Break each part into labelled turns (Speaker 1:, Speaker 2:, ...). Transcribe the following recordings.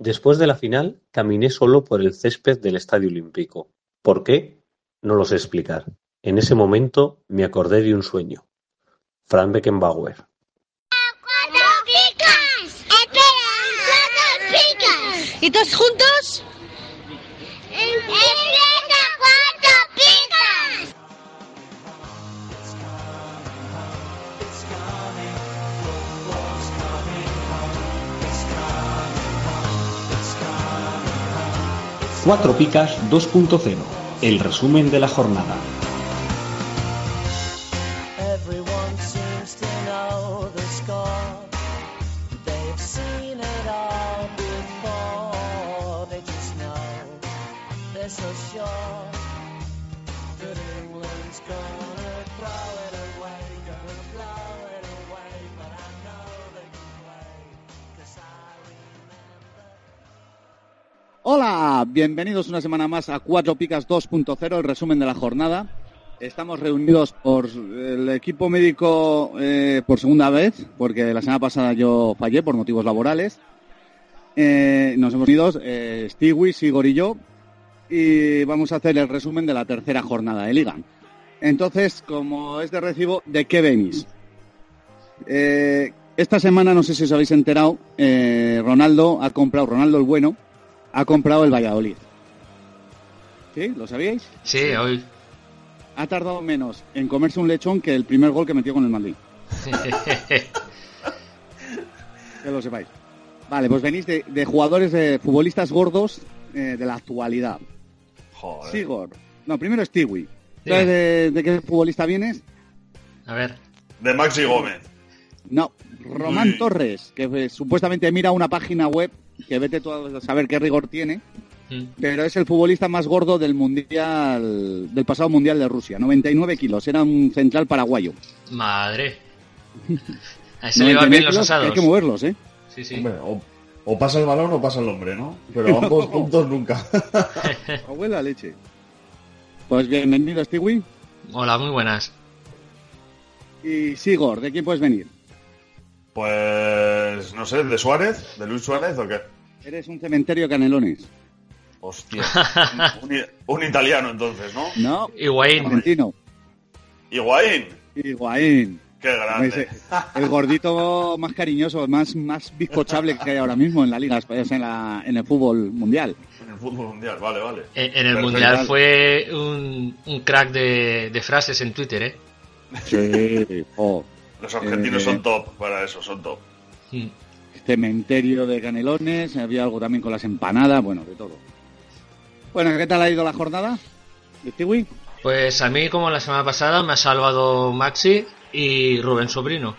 Speaker 1: Después de la final, caminé solo por el césped del Estadio Olímpico. ¿Por qué? No lo sé explicar. En ese momento me acordé de un sueño. Fran Beckenbauer.
Speaker 2: ¡Cuatro picas! ¡Espera! ¡Cuatro picas!
Speaker 3: ¿Y todos juntos?
Speaker 2: ¡Empieza cuatro picas!
Speaker 1: Cuatro Picas 2.0. El resumen de la jornada.
Speaker 4: Everyone seems to know the score. They've seen it all before. They just know they're so sure that England's gonna throw it away, gonna blow it away. But I know they can play, 'cause I remember.
Speaker 5: Hola, bienvenidos una semana más a Cuatro Picas 2.0, el resumen de la jornada. Estamos reunidos por el equipo médico eh, por segunda vez, porque la semana pasada yo fallé por motivos laborales. Eh, nos hemos unido eh, Stewie, Sigor y yo, y vamos a hacer el resumen de la tercera jornada de liga. Entonces, como es de recibo, ¿de qué venís? Eh, esta semana, no sé si os habéis enterado, eh, Ronaldo ha comprado, Ronaldo el bueno, ha comprado el Valladolid. ¿Sí? ¿Lo sabíais?
Speaker 6: Sí, hoy.
Speaker 5: Ha tardado menos en comerse un lechón que el primer gol que metió con el Madrid. Que lo sepáis. Vale, pues venís de, de jugadores, de futbolistas gordos eh, de la actualidad.
Speaker 6: Joder.
Speaker 5: Sigor. No, primero Stewie. ¿Sabes de, de qué futbolista vienes?
Speaker 6: A ver.
Speaker 7: De Maxi Gómez.
Speaker 5: No. Román
Speaker 7: Uy.
Speaker 5: Torres, que eh, supuestamente mira una página web que vete tú a saber qué rigor tiene,
Speaker 6: Mm.
Speaker 5: pero es el futbolista más gordo del mundial, del pasado mundial de Rusia. 99 kilos. Era un central paraguayo.
Speaker 6: Madre. A ese le van
Speaker 5: 99
Speaker 6: bien los
Speaker 5: kilos,
Speaker 6: asados.
Speaker 5: Hay que moverlos, ¿eh?
Speaker 6: Sí, sí.
Speaker 7: Hombre, o, o pasa el balón o pasa el hombre, ¿no? Pero ambos juntos nunca.
Speaker 5: Abuela leche. Pues bienvenido, Stewie.
Speaker 6: Hola, muy buenas.
Speaker 5: Y Sigor, ¿de quién puedes venir?
Speaker 7: Pues no sé, de Suárez, de Luis Suárez o qué.
Speaker 5: Eres un cementerio de canelones.
Speaker 7: Hostia. un, i- un italiano entonces, ¿no?
Speaker 5: No,
Speaker 6: Higuaín.
Speaker 5: argentino.
Speaker 7: Higuaín.
Speaker 5: Higuaín.
Speaker 7: Qué grande.
Speaker 5: Ese- El gordito más cariñoso, más, más bizcochable que hay ahora mismo en la liga, en, la- en el fútbol mundial.
Speaker 7: En el fútbol mundial, vale, vale.
Speaker 6: En en el
Speaker 7: Perfecto.
Speaker 6: Mundial fue un, un crack de, de frases en Twitter, ¿eh?
Speaker 5: Sí.
Speaker 7: Los argentinos
Speaker 5: Eh,
Speaker 7: son top para eso, son top.
Speaker 6: Mm.
Speaker 5: cementerio de canelones, había algo también con las empanadas, bueno, de todo. Bueno, ¿qué tal ha ido la jornada? Stewie?
Speaker 6: Pues a mí, como la semana pasada, me ha salvado Maxi y Rubén Sobrino.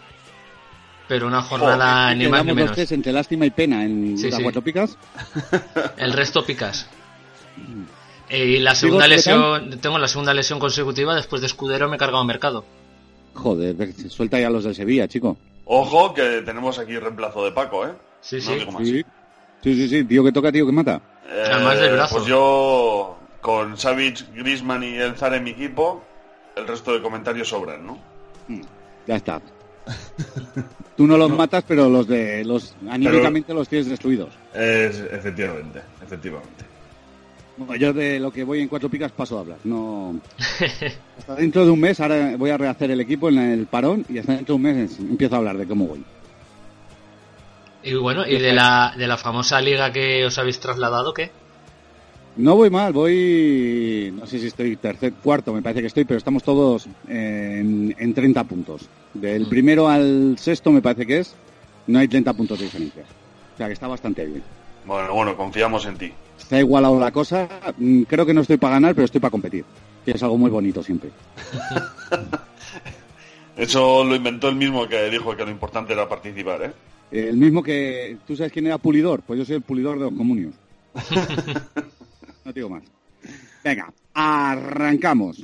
Speaker 6: Pero una jornada
Speaker 5: Joder,
Speaker 6: ni más ni
Speaker 5: quedamos los
Speaker 6: menos.
Speaker 5: tres entre lástima y pena en
Speaker 6: Sí,
Speaker 5: las
Speaker 6: sí.
Speaker 5: cuatro picas.
Speaker 6: El resto picas. Eh, Y la segunda
Speaker 5: Mm. ¿qué tal?
Speaker 6: lesión, tengo la segunda lesión consecutiva después de Escudero me he cargado mercado.
Speaker 5: Joder, suelta ya los del Sevilla, chico.
Speaker 7: Ojo que tenemos aquí reemplazo de Paco, ¿eh?
Speaker 6: Sí,
Speaker 7: No
Speaker 6: sí.
Speaker 7: digo más.
Speaker 5: Sí, sí, sí, sí, tío que toca, tío que mata.
Speaker 7: Eh,
Speaker 6: Además del brazo.
Speaker 7: Pues yo, con Savic, Grisman y El Zar en mi equipo, el resto de comentarios sobran, ¿no?
Speaker 5: Ya está. Tú no los matas, pero los de los anímicamente los tienes destruidos.
Speaker 7: Es- efectivamente, efectivamente.
Speaker 5: Bueno, Yo de lo que voy en cuatro picas paso a hablar. No. Hasta dentro de un mes, ahora voy a rehacer el equipo en el parón y hasta dentro de un mes empiezo a hablar de cómo voy.
Speaker 6: Y bueno, y de la, de la famosa liga que os habéis trasladado, ¿qué?
Speaker 5: No voy mal, voy. No sé si estoy tercer, cuarto, me parece que estoy, pero estamos todos en, en 30 puntos. Del
Speaker 6: Mm.
Speaker 5: primero al sexto, me parece que es, no hay 30 puntos de diferencia. O sea que está bastante bien.
Speaker 7: Bueno, bueno, confiamos en ti.
Speaker 5: Está igualado la cosa. Mm, Creo que no estoy para ganar, pero estoy para competir. Que es algo muy bonito siempre.
Speaker 7: Eso lo inventó el mismo que dijo que lo importante era participar, ¿eh?
Speaker 5: El mismo que. ¿Tú sabes quién era Pulidor? Pues yo soy el Pulidor de los Comunios. no digo más. Venga, arrancamos.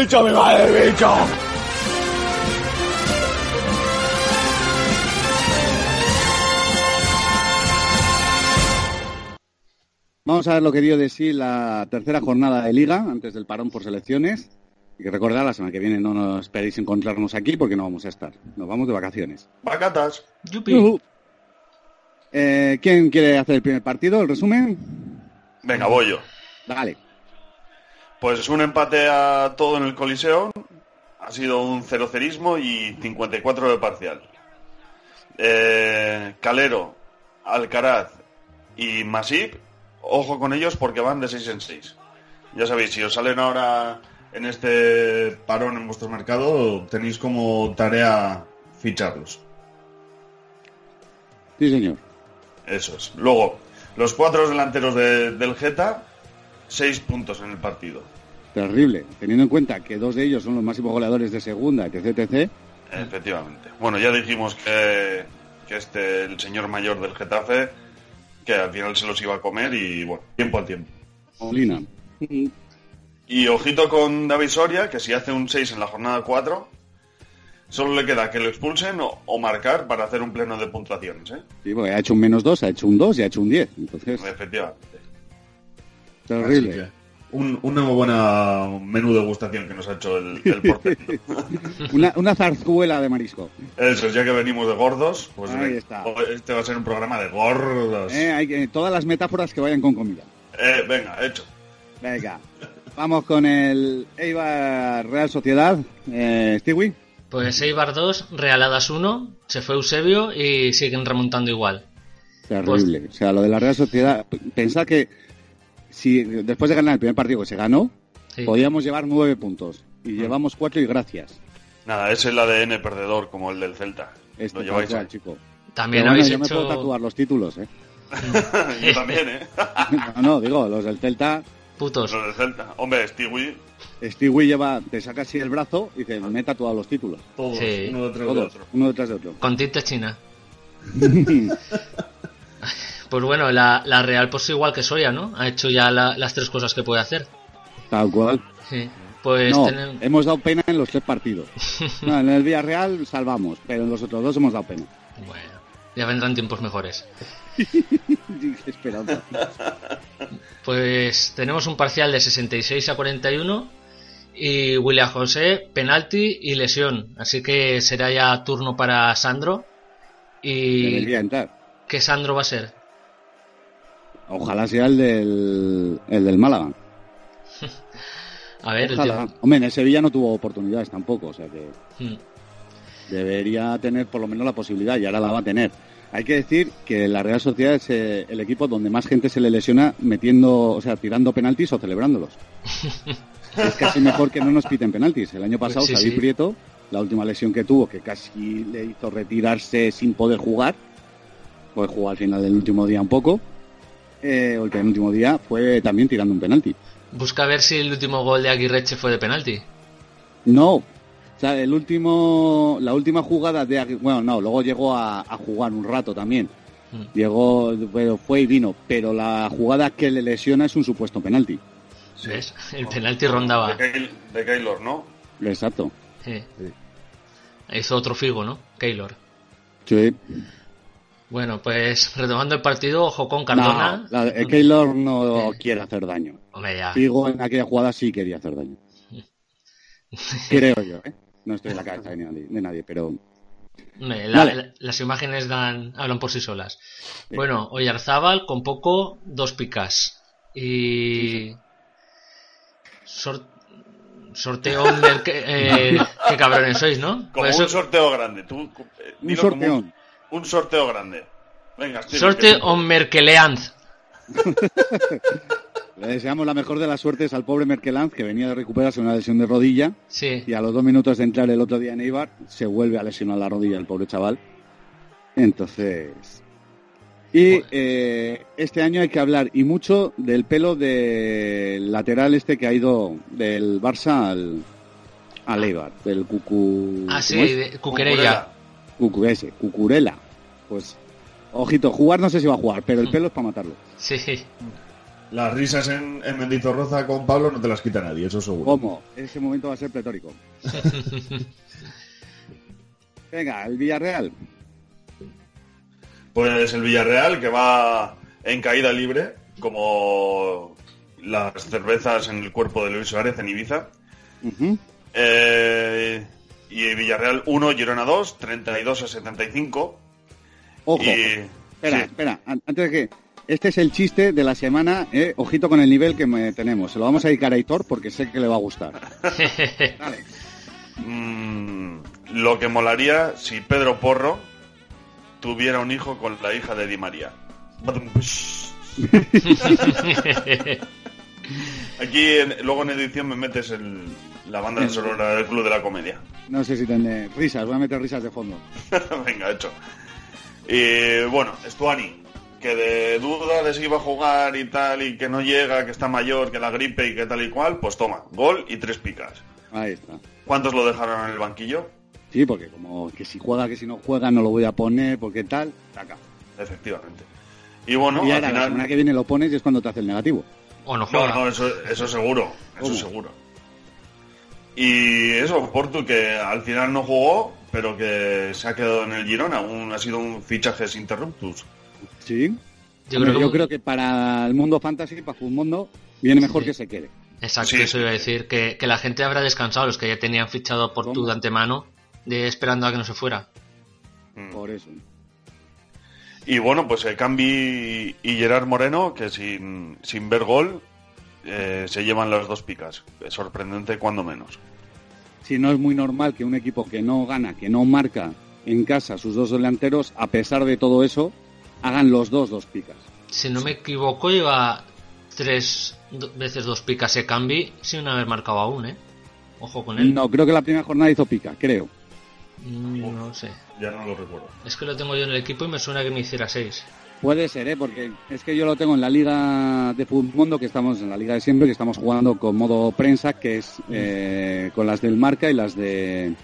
Speaker 8: bicho me va el bicho!
Speaker 5: Vamos a ver lo que dio de sí la tercera jornada de liga antes del parón por selecciones. Y que recordar, la semana que viene no nos esperéis encontrarnos aquí porque no vamos a estar. Nos vamos de vacaciones.
Speaker 7: Bacatas.
Speaker 6: Yupi.
Speaker 5: Ujú. Eh, ¿Quién quiere hacer el primer partido? ¿El resumen?
Speaker 7: Venga, voy yo.
Speaker 5: Dale.
Speaker 7: Pues un empate a todo en el Coliseo. Ha sido un cerocerismo y 54 de parcial. Eh, Calero, Alcaraz y Masip, ojo con ellos porque van de 6 en 6. Ya sabéis, si os salen ahora en este parón en vuestro mercado, tenéis como tarea ficharlos.
Speaker 5: Sí, señor.
Speaker 7: Eso es. Luego, los cuatro delanteros de- del Geta, 6 puntos en el partido.
Speaker 5: Terrible. Teniendo en cuenta que dos de ellos son los máximos goleadores de segunda, etc, etc.
Speaker 7: Efectivamente. Bueno, ya dijimos que, que este, el señor mayor del Getafe, que al final se los iba a comer y bueno, tiempo al tiempo.
Speaker 5: Molina.
Speaker 7: Y ojito con David Soria, que si hace un 6 en la jornada 4, solo le queda que lo expulsen o, o marcar para hacer un pleno de puntuaciones, ¿eh?
Speaker 5: Sí, porque ha hecho un menos dos, ha hecho un dos y ha hecho un diez. Entonces,
Speaker 7: Efectivamente.
Speaker 5: terrible.
Speaker 7: Así que, Un, una muy buena menú degustación que nos ha hecho el, el portero.
Speaker 5: Una, una zarzuela de marisco.
Speaker 7: Eso, ya que venimos de gordos, pues
Speaker 5: Ahí
Speaker 7: eh,
Speaker 5: está.
Speaker 7: este va a ser un programa de gordos.
Speaker 5: Eh, hay que- todas las metáforas que vayan con comida.
Speaker 7: Eh, venga, hecho.
Speaker 5: Venga. Vamos con el Eibar Real Sociedad. Eh, Stewie.
Speaker 6: Pues Eibar 2, Realadas 1, se fue Eusebio y siguen remontando igual.
Speaker 5: Terrible. O sea, lo de la Real Sociedad. Pensad que si después de ganar el primer partido que se ganó,
Speaker 6: Sí.
Speaker 5: podíamos llevar nueve puntos. Y llevamos cuatro y gracias.
Speaker 7: Nada, es el ADN perdedor como el del Celta.
Speaker 5: Esto
Speaker 7: Lo
Speaker 5: tal
Speaker 7: lleváis
Speaker 5: cual,
Speaker 7: ahí.
Speaker 5: chico.
Speaker 6: También
Speaker 5: Pero bueno,
Speaker 6: habéis
Speaker 5: yo me puedo
Speaker 6: hecho
Speaker 5: tatuar los títulos, ¿eh?
Speaker 7: Yo también, ¿eh?
Speaker 5: no, no, digo, los del Celta.
Speaker 6: putos.
Speaker 7: Lo del Celta. Hombre, Stewie,
Speaker 5: Stewie lleva, te saca así el brazo y dice, me he tatuado los títulos.
Speaker 7: todos,
Speaker 6: Sí.
Speaker 7: uno detrás de
Speaker 5: Todos,
Speaker 7: otro.
Speaker 5: uno detrás de otro.
Speaker 6: Con tinta china. Pues bueno, la, la Real pues igual que Soria, ¿no? Ha hecho ya la- las tres cosas que puede hacer.
Speaker 5: Tal cual.
Speaker 6: Sí. Pues
Speaker 5: No,
Speaker 6: tenem-
Speaker 5: hemos dado pena en los tres partidos. No, en el Villarreal salvamos, pero en los otros dos hemos dado pena.
Speaker 6: Bueno, ya vendrán tiempos mejores.
Speaker 5: Qué esperanza.
Speaker 6: Pues tenemos un parcial de 66 a 41 y William José, penalti y lesión. Así que será ya turno para Sandro. ¿Y
Speaker 5: Debería entrar.
Speaker 6: qué Sandro va a ser?
Speaker 5: Ojalá sea el del, el del Málaga.
Speaker 6: A ver, el
Speaker 5: Ojalá. Hombre, en el Sevilla no tuvo oportunidades tampoco, o sea que
Speaker 6: tío- Mm,
Speaker 5: debería tener por lo menos la posibilidad y ahora la va a tener. Hay que decir que la Real Sociedad es eh, el equipo donde más gente se le lesiona metiendo, o sea, tirando penaltis o celebrándolos. es casi mejor que no nos piten penaltis. El año pasado,
Speaker 6: Pues sí,
Speaker 5: Xavi
Speaker 6: sí.
Speaker 5: Prieto, la última lesión que tuvo, que casi le hizo retirarse sin poder jugar, pues jugó al final del último día un poco, eh, o el penúltimo día, fue también tirando un penalti.
Speaker 6: Busca ver si el último gol de Aguirreche fue de penalti.
Speaker 5: No. O sea, el último, la última jugada de Agui- bueno, no, luego llegó a, a jugar un rato también.
Speaker 6: Mm.
Speaker 5: Llegó, pero fue y vino, pero la jugada que le lesiona es un supuesto penalti.
Speaker 6: ¿Ves? El penalti rondaba.
Speaker 7: De, Keil- de Keylor, ¿no?
Speaker 5: Exacto.
Speaker 6: Sí. Hizo otro figo, ¿no? Keylor.
Speaker 5: Sí.
Speaker 6: Bueno, pues retomando el partido, ojo con Cardona. Ah.
Speaker 5: No, la- eh, Keylor no quiere hacer daño.
Speaker 6: Hombre, ya.
Speaker 5: Figo en aquella jugada sí quería hacer daño. Creo yo, ¿eh? No estoy en la cabeza de nadie, de nadie, pero
Speaker 6: Me- la-
Speaker 5: Vale.
Speaker 6: la- las imágenes dan, hablan por sí solas. Bueno, Oyarzábal con poco, dos picas. Y. Sor- Sorteón del que. eh, qué cabrones sois, ¿no?
Speaker 7: Como
Speaker 6: Pues
Speaker 7: un
Speaker 6: eso-
Speaker 7: sorteo grande. Tú, eh,
Speaker 5: un
Speaker 7: dilo como
Speaker 5: sorteón.
Speaker 7: Un, un sorteo grande. Venga, Steven,
Speaker 6: Sorte
Speaker 7: que-
Speaker 6: o Merkeleanz.
Speaker 5: Le deseamos la mejor de las suertes al pobre Merkelanz, que venía de recuperarse una lesión de rodilla
Speaker 6: Sí.
Speaker 5: y a los dos minutos de entrar el otro día en Eibar se vuelve a lesionar la rodilla el pobre chaval. Entonces... Y
Speaker 6: Joder.
Speaker 5: eh, este año hay que hablar y mucho del pelo del lateral este que ha ido del Barça al, al Eibar, del Cucu...
Speaker 6: Ah, sí,
Speaker 5: ¿cómo es?
Speaker 6: de- Cuquerella.
Speaker 5: Cucu- ese, Cucurela. Pues, ojito, jugar no sé si va a jugar, pero el
Speaker 6: Mm.
Speaker 5: pelo es para matarlo.
Speaker 6: Sí.
Speaker 7: Las risas en, en Mendizorroza con Pablo no te las quita nadie, eso seguro.
Speaker 5: ¿Cómo? Ese momento va a ser pletórico. Venga, el Villarreal.
Speaker 7: Pues el Villarreal que va en caída libre, como las cervezas en el cuerpo de Luis Suárez en Ibiza.
Speaker 5: Ujú.
Speaker 7: Eh, y Villarreal 1, Girona 2, 32 a 75.
Speaker 5: Ojo,
Speaker 7: Y,
Speaker 5: espera,
Speaker 7: sí,
Speaker 5: espera, an- antes de que... Este es el chiste de la semana, eh, ojito con el nivel que me- tenemos. Se lo vamos a dedicar a Hitor porque sé que le va a gustar. Dale.
Speaker 7: mm, lo que molaría si Pedro Porro tuviera un hijo con la hija de Di María. Aquí en- luego en edición me metes el- la banda sonora del Club de la Comedia.
Speaker 5: No sé si tendré risas, voy a meter risas de fondo.
Speaker 7: Venga, hecho. Y bueno, Stuani, que de duda de si iba a jugar y tal, y que no llega, que está mayor, que la gripe y que tal y cual, pues toma, gol y tres picas.
Speaker 5: Ahí está.
Speaker 7: ¿Cuántos lo dejaron en el banquillo?
Speaker 5: Sí, porque como que si juega, que si no juega, no lo voy a poner, porque tal, taca.
Speaker 7: Efectivamente. Y bueno,
Speaker 5: y
Speaker 7: al
Speaker 5: ahora la
Speaker 7: final.
Speaker 5: semana que viene lo pones y es cuando te hace el negativo.
Speaker 6: o no
Speaker 7: No,
Speaker 6: juega.
Speaker 7: no, eso, eso seguro, eso
Speaker 5: ¿Cómo?
Speaker 7: seguro. Y eso, Portu, que al final no jugó, pero que se ha quedado en el Girona. Un- ha sido un fichaje sin interruptus.
Speaker 5: Sí.
Speaker 6: Yo
Speaker 5: Hombre,
Speaker 6: creo que-
Speaker 5: para el mundo fantasy, para Mundo, viene mejor
Speaker 6: Sí.
Speaker 5: que se quede.
Speaker 6: Exacto,
Speaker 7: Sí.
Speaker 6: eso iba a decir. Que, que la gente habrá descansado, los que ya tenían fichado por tu
Speaker 5: Vamos.
Speaker 6: de antemano, de esperando a que no se fuera.
Speaker 7: Mm.
Speaker 5: Por eso.
Speaker 7: Y bueno, pues eh, Cambi y Gerard Moreno, que sin, sin ver gol, eh, se llevan las dos picas. Es sorprendente cuando menos.
Speaker 5: Si no es muy normal que un equipo que no gana, que no marca en casa sus dos delanteros, a pesar de todo eso, hagan los dos dos picas.
Speaker 6: Si no me equivoco, lleva tres do- veces dos picas se cambi sin haber marcado aún, ¿eh? Ojo con él.
Speaker 5: No, creo que la primera jornada hizo pica, creo.
Speaker 6: Mm, no sé.
Speaker 7: Ya no lo recuerdo.
Speaker 6: Es que lo tengo yo en el equipo y me suena que me hiciera seis.
Speaker 5: Puede ser, ¿eh? porque es que yo lo tengo en la liga de Mundo, que estamos en la liga de siempre, que estamos jugando con modo prensa, que es
Speaker 6: Mm.
Speaker 5: eh, con las del marca y las de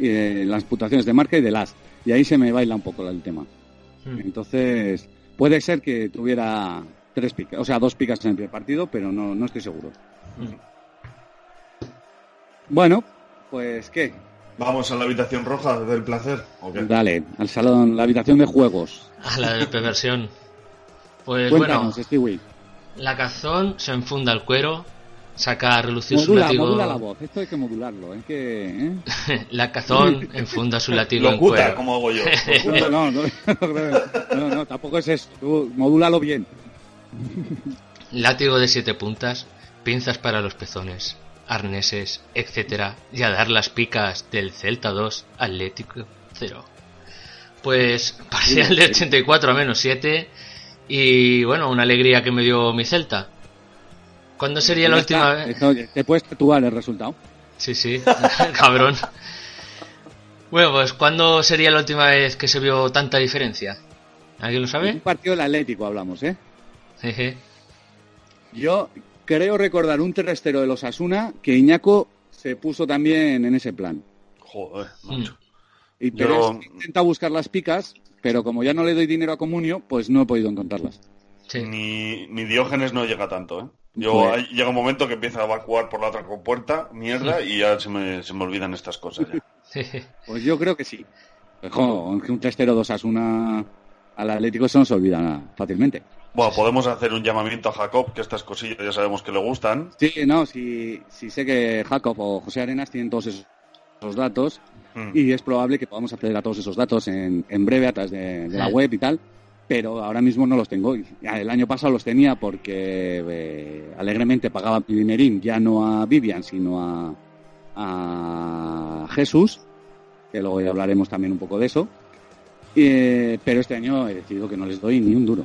Speaker 5: y de las putaciones de marca y de las. Y ahí se me baila un poco el tema.
Speaker 6: Mm.
Speaker 5: Entonces, puede ser que tuviera tres picas, o sea, dos picas en el primer partido, pero no, no estoy seguro.
Speaker 6: Mm.
Speaker 5: Bueno, pues qué,
Speaker 7: Vamos a la habitación roja del placer. ¿o
Speaker 6: Pues,
Speaker 7: qué?
Speaker 5: dale, al salón, la habitación de juegos.
Speaker 6: A la de perversión. Pues
Speaker 5: Cuéntanos,
Speaker 6: bueno,
Speaker 5: Stewie.
Speaker 6: la cazón se enfunda el cuero, saca a relucir
Speaker 5: modula,
Speaker 6: su látigo.
Speaker 5: modula la voz, esto hay que modularlo, es que... ¿eh?
Speaker 6: la cazón enfunda su látigo en
Speaker 7: Locuta,
Speaker 6: cuero.
Speaker 7: como hago yo.
Speaker 5: No, no, no, no, no, tampoco es eso, tú modúlalo bien.
Speaker 6: Látigo de siete puntas, pinzas para los pezones, arneses, etcétera, y a dar las picas del Celta 2 Atlético 0. Pues parcial de 84 a menos 7 y bueno, una alegría que me dio mi Celta. ¿Cuándo sería la
Speaker 5: Ya está,
Speaker 6: última vez?
Speaker 5: esto, oye, te puedes tatuar el resultado.
Speaker 6: Sí, sí, cabrón. Bueno, pues ¿cuándo sería la última vez que se vio tanta diferencia? ¿Alguien lo
Speaker 5: Un
Speaker 6: sabe?
Speaker 5: partido del Atlético hablamos, ¿eh?
Speaker 6: Jeje.
Speaker 5: Yo creo recordar un terrestero de los Asuna que Iñaco se puso también en ese plan.
Speaker 7: Joder,
Speaker 6: Mm.
Speaker 7: macho.
Speaker 5: Y pero
Speaker 7: Yo-
Speaker 5: es que intenta buscar las picas, pero como ya no le doy dinero a Comunio, pues no he podido encontrarlas.
Speaker 6: Sí.
Speaker 7: Ni, ni Diógenes no llega tanto, ¿eh? Yo
Speaker 5: Joder.
Speaker 7: hay- llega un momento que empieza a evacuar por la otra compuerta, mierda, y ya se me, se me olvidan estas cosas ya.
Speaker 6: Jeje.
Speaker 5: Pues yo creo que sí. Pues, jo, que un tercero dos Asuna al Atlético se nos olvida nada, fácilmente.
Speaker 7: Bueno, podemos hacer un llamamiento a Jacob, que estas cosillas ya sabemos que le gustan.
Speaker 5: Sí, no, si, si sé que Jacob o José Arenas tienen todos esos esos datos
Speaker 7: Mm.
Speaker 5: y es probable que podamos acceder a todos esos datos en, en breve a través de, de la
Speaker 6: Sí.
Speaker 5: web y tal, pero ahora mismo no los tengo. Y El año pasado los tenía porque eh, alegremente pagaba mi dinerín ya no a Vivian, sino a, a Jesús, que luego ya hablaremos también un poco de eso. Eh, pero este año he decidido que no les doy ni un duro,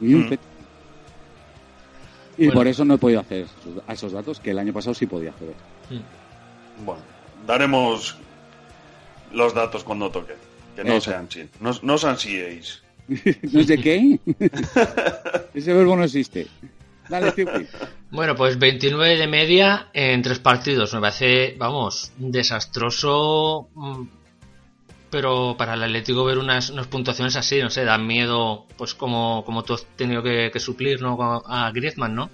Speaker 5: ni un
Speaker 7: Mm.
Speaker 5: peto. Y
Speaker 6: Bueno.
Speaker 5: por eso no he podido hacer esos- a esos datos que el año pasado sí podía acceder.
Speaker 6: Mm.
Speaker 7: Bueno, daremos los datos cuando toque. Que no
Speaker 5: Eso.
Speaker 7: sean sin. No, no os ansiéis.
Speaker 5: no sé qué. Ese verbo no existe. Dale, Ciupi.
Speaker 6: Bueno, pues 29 de media en tres partidos. Me parece, vamos, desastroso. mm, Pero para el Atlético ver unas, unas puntuaciones así, no sé, da miedo, pues como, como tú has tenido que, que suplir ¿no? a Griezmann, ¿no?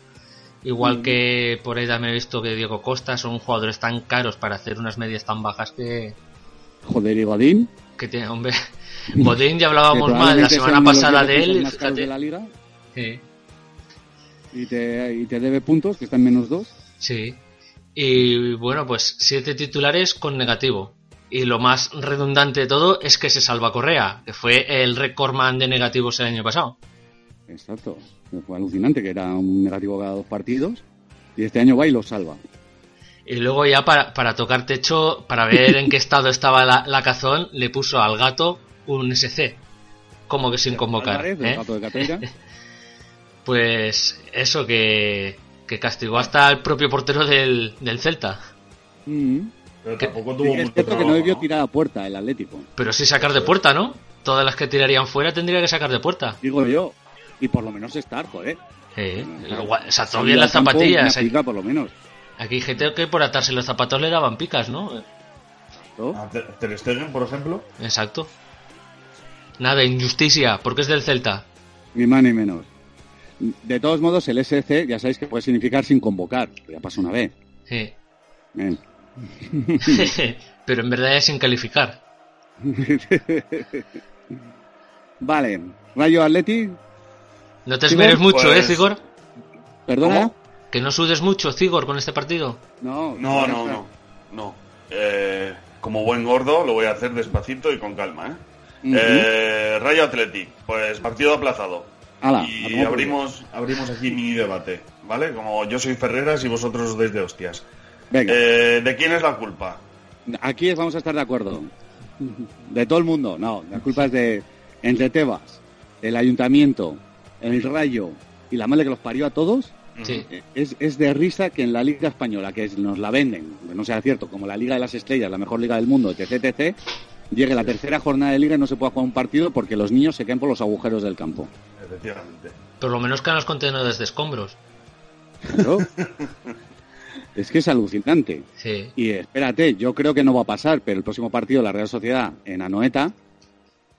Speaker 6: Igual
Speaker 5: Mm.
Speaker 6: que por ahí también he visto que Diego Costa son jugadores tan caros para hacer unas medias tan bajas que,
Speaker 5: Joder, y Godín.
Speaker 6: que tiene, hombre. Godín ya hablábamos
Speaker 5: que
Speaker 6: mal la
Speaker 5: probablemente
Speaker 6: semana
Speaker 5: sean los
Speaker 6: pasada de
Speaker 5: defensores
Speaker 6: él.
Speaker 5: más caros
Speaker 6: fíjate.
Speaker 5: de la liga
Speaker 6: Sí.
Speaker 5: y te, y te debe puntos, que están menos dos.
Speaker 6: Sí. Y bueno, pues siete titulares con negativo. Y lo más redundante de todo es que se salva Correa, que fue el recordman de negativos el año pasado.
Speaker 5: Exacto. Fue alucinante, que era un negativo cada dos partidos. Y este año va y lo salva.
Speaker 6: Y luego ya para, para tocar techo, para ver en qué estado estaba la, la cazón, le puso al gato un SC. Como que sin convocar.
Speaker 5: Álvarez, del
Speaker 6: ¿eh?
Speaker 5: Gato de Cateira.
Speaker 6: Pues eso que, que castigó hasta el propio portero del, del Celta.
Speaker 5: Mm.
Speaker 7: Pero
Speaker 6: Que-
Speaker 7: tampoco
Speaker 5: Sí
Speaker 7: tuvo
Speaker 5: que es
Speaker 7: mucho
Speaker 5: cierto que
Speaker 7: trabajo,
Speaker 5: no debió
Speaker 7: ¿no?
Speaker 5: tirar a puerta el Atlético,
Speaker 6: Pero sí sacar de puerta, ¿no? Todas las que tirarían fuera tendría que sacar de puerta.
Speaker 5: digo yo. Y por lo menos estar, joder.
Speaker 6: Eh,
Speaker 5: Claro.
Speaker 6: igual, se ató
Speaker 5: Salir
Speaker 6: bien
Speaker 5: al
Speaker 6: las
Speaker 5: campo,
Speaker 6: zapatillas. eh.
Speaker 5: una pica, por lo menos.
Speaker 6: Aquí hay gente que por atarse los zapatos le daban picas, ¿no?
Speaker 5: ¿no?
Speaker 7: A Ah, Ter- Ter Stegen, por ejemplo.
Speaker 6: Exacto. Nada, injusticia, porque es del Celta.
Speaker 5: Ni más ni menos. De todos modos, el SC ya sabéis que puede significar sin convocar. Ya pasó una vez.
Speaker 6: Sí.
Speaker 5: Eh,
Speaker 6: Pero en verdad es sin calificar.
Speaker 5: Vale. Rayo Atleti,
Speaker 6: No te
Speaker 5: Cigor,
Speaker 6: esmeres mucho,
Speaker 7: pues-
Speaker 6: ¿eh, Cigor?
Speaker 5: perdona.
Speaker 7: ¿Cómo?
Speaker 6: Que no sudes mucho, Cigor, con este partido.
Speaker 5: No,
Speaker 7: No, no, no. No. Eh, como buen gordo, lo voy a hacer despacito y con calma, ¿eh?
Speaker 5: Ujú.
Speaker 7: Eh, Rayo Atleti, pues partido aplazado.
Speaker 5: Ala, a
Speaker 7: Eh, y
Speaker 5: tomar por
Speaker 7: abrimos, abrimos aquí mini debate, ¿vale? Como yo soy Ferreras y vosotros desde hostias.
Speaker 5: culo. Venga,
Speaker 7: Eh, ¿De quién es la culpa?
Speaker 5: aquí es- vamos a estar de acuerdo. De todo el mundo, no. La culpa es de entre Tebas, el ayuntamiento, el Rayo y la madre que los parió a todos.
Speaker 6: Sí.
Speaker 5: Eh, Es, es de risa que en la Liga Española, que es- nos la venden, que no sea cierto, como la Liga de las Estrellas, la mejor liga del mundo, etc., etc., llegue la tercera jornada de Liga y no se pueda jugar un partido porque los niños se caen por los agujeros del campo.
Speaker 7: Efectivamente.
Speaker 6: Por lo menos que los contenedores de escombros.
Speaker 5: Claro. es que es alucinante.
Speaker 6: Sí.
Speaker 5: Y espérate, yo creo que no va a pasar, pero el próximo partido, la Real Sociedad, en Anoeta,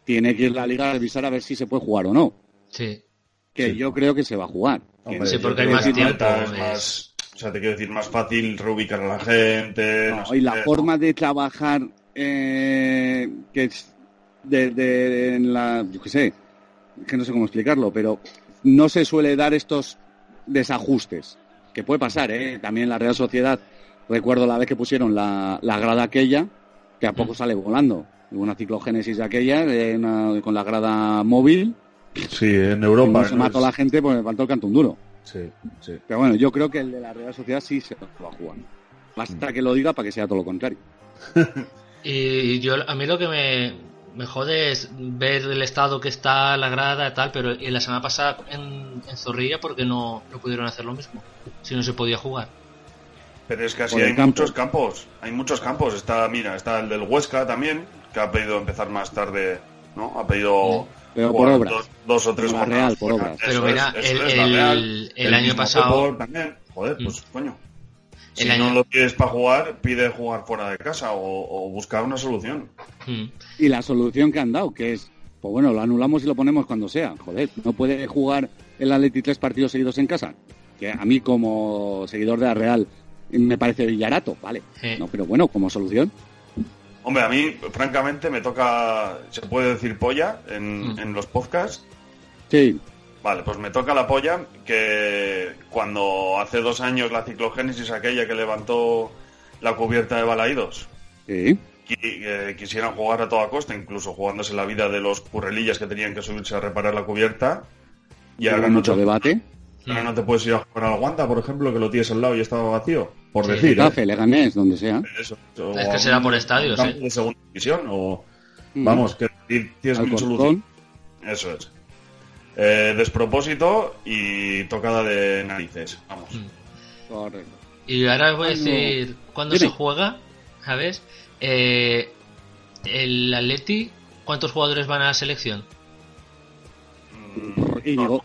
Speaker 5: tiene que ir la Liga a revisar a ver si se puede jugar o no.
Speaker 6: Sí.
Speaker 5: Que
Speaker 7: Sí.
Speaker 5: yo creo que se va a jugar. Que
Speaker 7: Hombre,
Speaker 6: Sí,
Speaker 7: yo
Speaker 6: porque hay
Speaker 7: creo que
Speaker 6: más tiempo,
Speaker 7: Atleta es
Speaker 6: es-
Speaker 7: más- o sea, te quiero decir, más fácil reubicar a la gente.
Speaker 5: No,
Speaker 7: no sé
Speaker 5: y la
Speaker 7: qué.
Speaker 5: forma de trabajar eh, que es de, de- en la yo qué sé que no sé cómo explicarlo pero no se suele dar estos desajustes que puede pasar ¿eh? también la Real Sociedad recuerdo la vez que pusieron la, la grada aquella que a poco sale volando una ciclogénesis de aquella de una- con la grada móvil
Speaker 7: Sí, en
Speaker 5: como
Speaker 7: Europa.
Speaker 5: se
Speaker 7: ¿no?
Speaker 5: mató la gente pues me faltó el canto un duro
Speaker 7: Sí, sí.
Speaker 5: pero bueno yo creo que el de la Real Sociedad sí se lo va a jugar basta
Speaker 7: Mm.
Speaker 5: que lo diga para que sea todo lo contrario
Speaker 6: Y yo, a mí lo que me, me jode es ver el estado que está la grada y tal, pero en la semana pasada en, en Zorrilla, porque no, no pudieron hacer lo mismo? Si no se podía jugar.
Speaker 7: Pero es que así
Speaker 5: Por el
Speaker 7: hay
Speaker 5: campo.
Speaker 7: muchos campos. Hay muchos campos. Está, mira, está el del Huesca también, que ha pedido empezar más tarde, ¿no? Ha pedido.
Speaker 5: Pero
Speaker 7: jugar
Speaker 5: por obras.
Speaker 7: Dos, dos o tres
Speaker 5: Como la
Speaker 7: jornadas
Speaker 5: Real, por
Speaker 7: fuera.
Speaker 5: obras.
Speaker 6: Pero mira,
Speaker 7: eso
Speaker 6: el-
Speaker 7: la Real.
Speaker 6: el- el año
Speaker 7: mismo
Speaker 6: pasado- Mm.
Speaker 7: Depor También. Joder, pues coño. Si
Speaker 6: El año-
Speaker 7: no lo quieres para jugar, pide jugar fuera de casa o, o buscar una solución.
Speaker 6: Mm.
Speaker 5: Y la solución que han dado, que es, pues bueno, lo anulamos y lo ponemos cuando sea. Joder, no puede jugar el Atleti tres partidos seguidos en casa. Que a mí como seguidor de la Real me parece villarato, vale.
Speaker 6: Sí.
Speaker 5: No, pero bueno, como solución.
Speaker 7: Hombre, a mí, francamente, me toca. Se puede decir polla en,
Speaker 6: Mm.
Speaker 7: en los podcasts.
Speaker 5: Sí,
Speaker 7: Vale, pues me toca la polla que cuando hace dos años la ciclogénesis aquella que levantó la cubierta de Balaídos.
Speaker 5: Sí.
Speaker 7: Qui- eh, quisieran jugar a toda costa, incluso jugándose la vida de los currelillas que tenían que subirse a reparar la cubierta. Y
Speaker 5: Hubo
Speaker 7: ahora no,
Speaker 5: mucho
Speaker 7: te,
Speaker 5: debate.
Speaker 7: ahora no te puedes ir a jugar al Wanda, por ejemplo, que lo tienes al lado y estaba vacío. Por
Speaker 6: Sí,
Speaker 7: decir. ¿eh?
Speaker 5: Getafe, Leganés, donde sea.
Speaker 7: Eso, eso,
Speaker 6: Es
Speaker 7: o
Speaker 6: que
Speaker 7: a
Speaker 6: será
Speaker 7: un
Speaker 6: por estadios,
Speaker 7: campo
Speaker 6: ¿eh?
Speaker 7: de segunda división, o.
Speaker 5: Mm.
Speaker 7: Vamos, que tienes mil soluciones.
Speaker 5: Alcorcón.
Speaker 7: Eso es. Eh, despropósito y tocada de narices. Vamos.
Speaker 5: Correcto.
Speaker 6: Y ahora os voy a
Speaker 5: Ay, no.
Speaker 6: decir cuándo
Speaker 5: Dime.
Speaker 6: se juega, ¿sabes? Eh, el Atleti, ¿cuántos jugadores van a la selección?
Speaker 7: Mm,
Speaker 5: Y digo,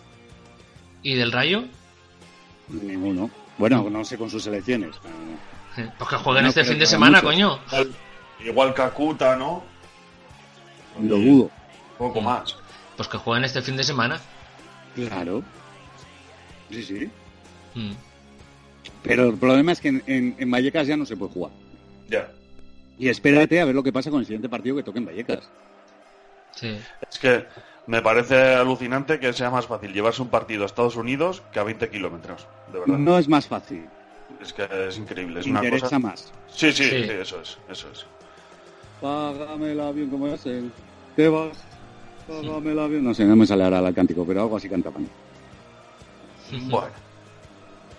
Speaker 6: ¿Y del Rayo?
Speaker 5: ninguno. Bueno, no sé con sus selecciones. eh,
Speaker 6: Pues que jueguen
Speaker 5: No
Speaker 6: este
Speaker 5: creo
Speaker 6: fin
Speaker 5: que
Speaker 6: de
Speaker 5: haya
Speaker 6: semana,
Speaker 5: muchos.
Speaker 6: coño.
Speaker 7: Igual, igual Kakuta, ¿no?
Speaker 5: Mm. Lo dudo.
Speaker 7: Poco más.
Speaker 6: Pues que jueguen este fin de semana.
Speaker 5: Claro. Sí, sí.
Speaker 6: Mm.
Speaker 5: Pero el problema es que en, en- en Vallecas ya no se puede jugar.
Speaker 7: Ya.
Speaker 5: Y espérate a ver lo que pasa con el siguiente partido que toque en Vallecas.
Speaker 6: Sí.
Speaker 7: Es que me parece alucinante que sea más fácil llevarse un partido a Estados Unidos que a 20 kilómetros. De verdad.
Speaker 5: No es más fácil.
Speaker 7: Es que es increíble. Es una
Speaker 5: Interesa
Speaker 7: cosa.
Speaker 5: más.
Speaker 7: Sí, sí,
Speaker 6: Sí.
Speaker 7: sí, eso es. Eso es.
Speaker 5: Págame el avión, como es el. Te vas. Págame el avión. No sé, no me sale ahora el cántico, pero algo así cantaban.
Speaker 7: Bueno,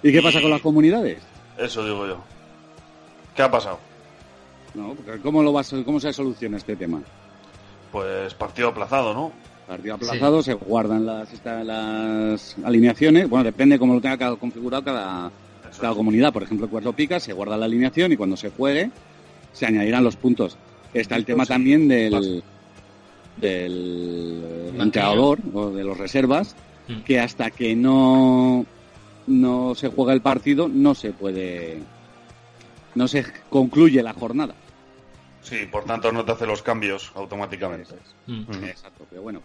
Speaker 5: ¿Y qué pasa con las comunidades?
Speaker 7: eso digo yo. ¿Qué ha pasado?
Speaker 5: No, porque ¿cómo, lo vas, ¿Cómo se soluciona este tema?
Speaker 7: Pues partido aplazado, ¿no?
Speaker 5: Partido aplazado, se guardan las, esta- las alineaciones. Bueno, depende cómo lo tenga cada- configurado cada,
Speaker 7: Eso
Speaker 5: cada
Speaker 7: es.
Speaker 5: comunidad. Por ejemplo, Cuatro Picas se guarda la alineación y cuando se juegue se añadirán los puntos. Está el tema también del, del
Speaker 6: Banquillo.
Speaker 5: entrenador o de los reservas,
Speaker 6: Mm.
Speaker 5: que hasta que no, no se juega el partido no se puede, no se concluye la jornada.
Speaker 7: Sí, por tanto no te hace los cambios automáticamente.
Speaker 6: Mm.
Speaker 7: Mm.
Speaker 5: Exacto, pero bueno.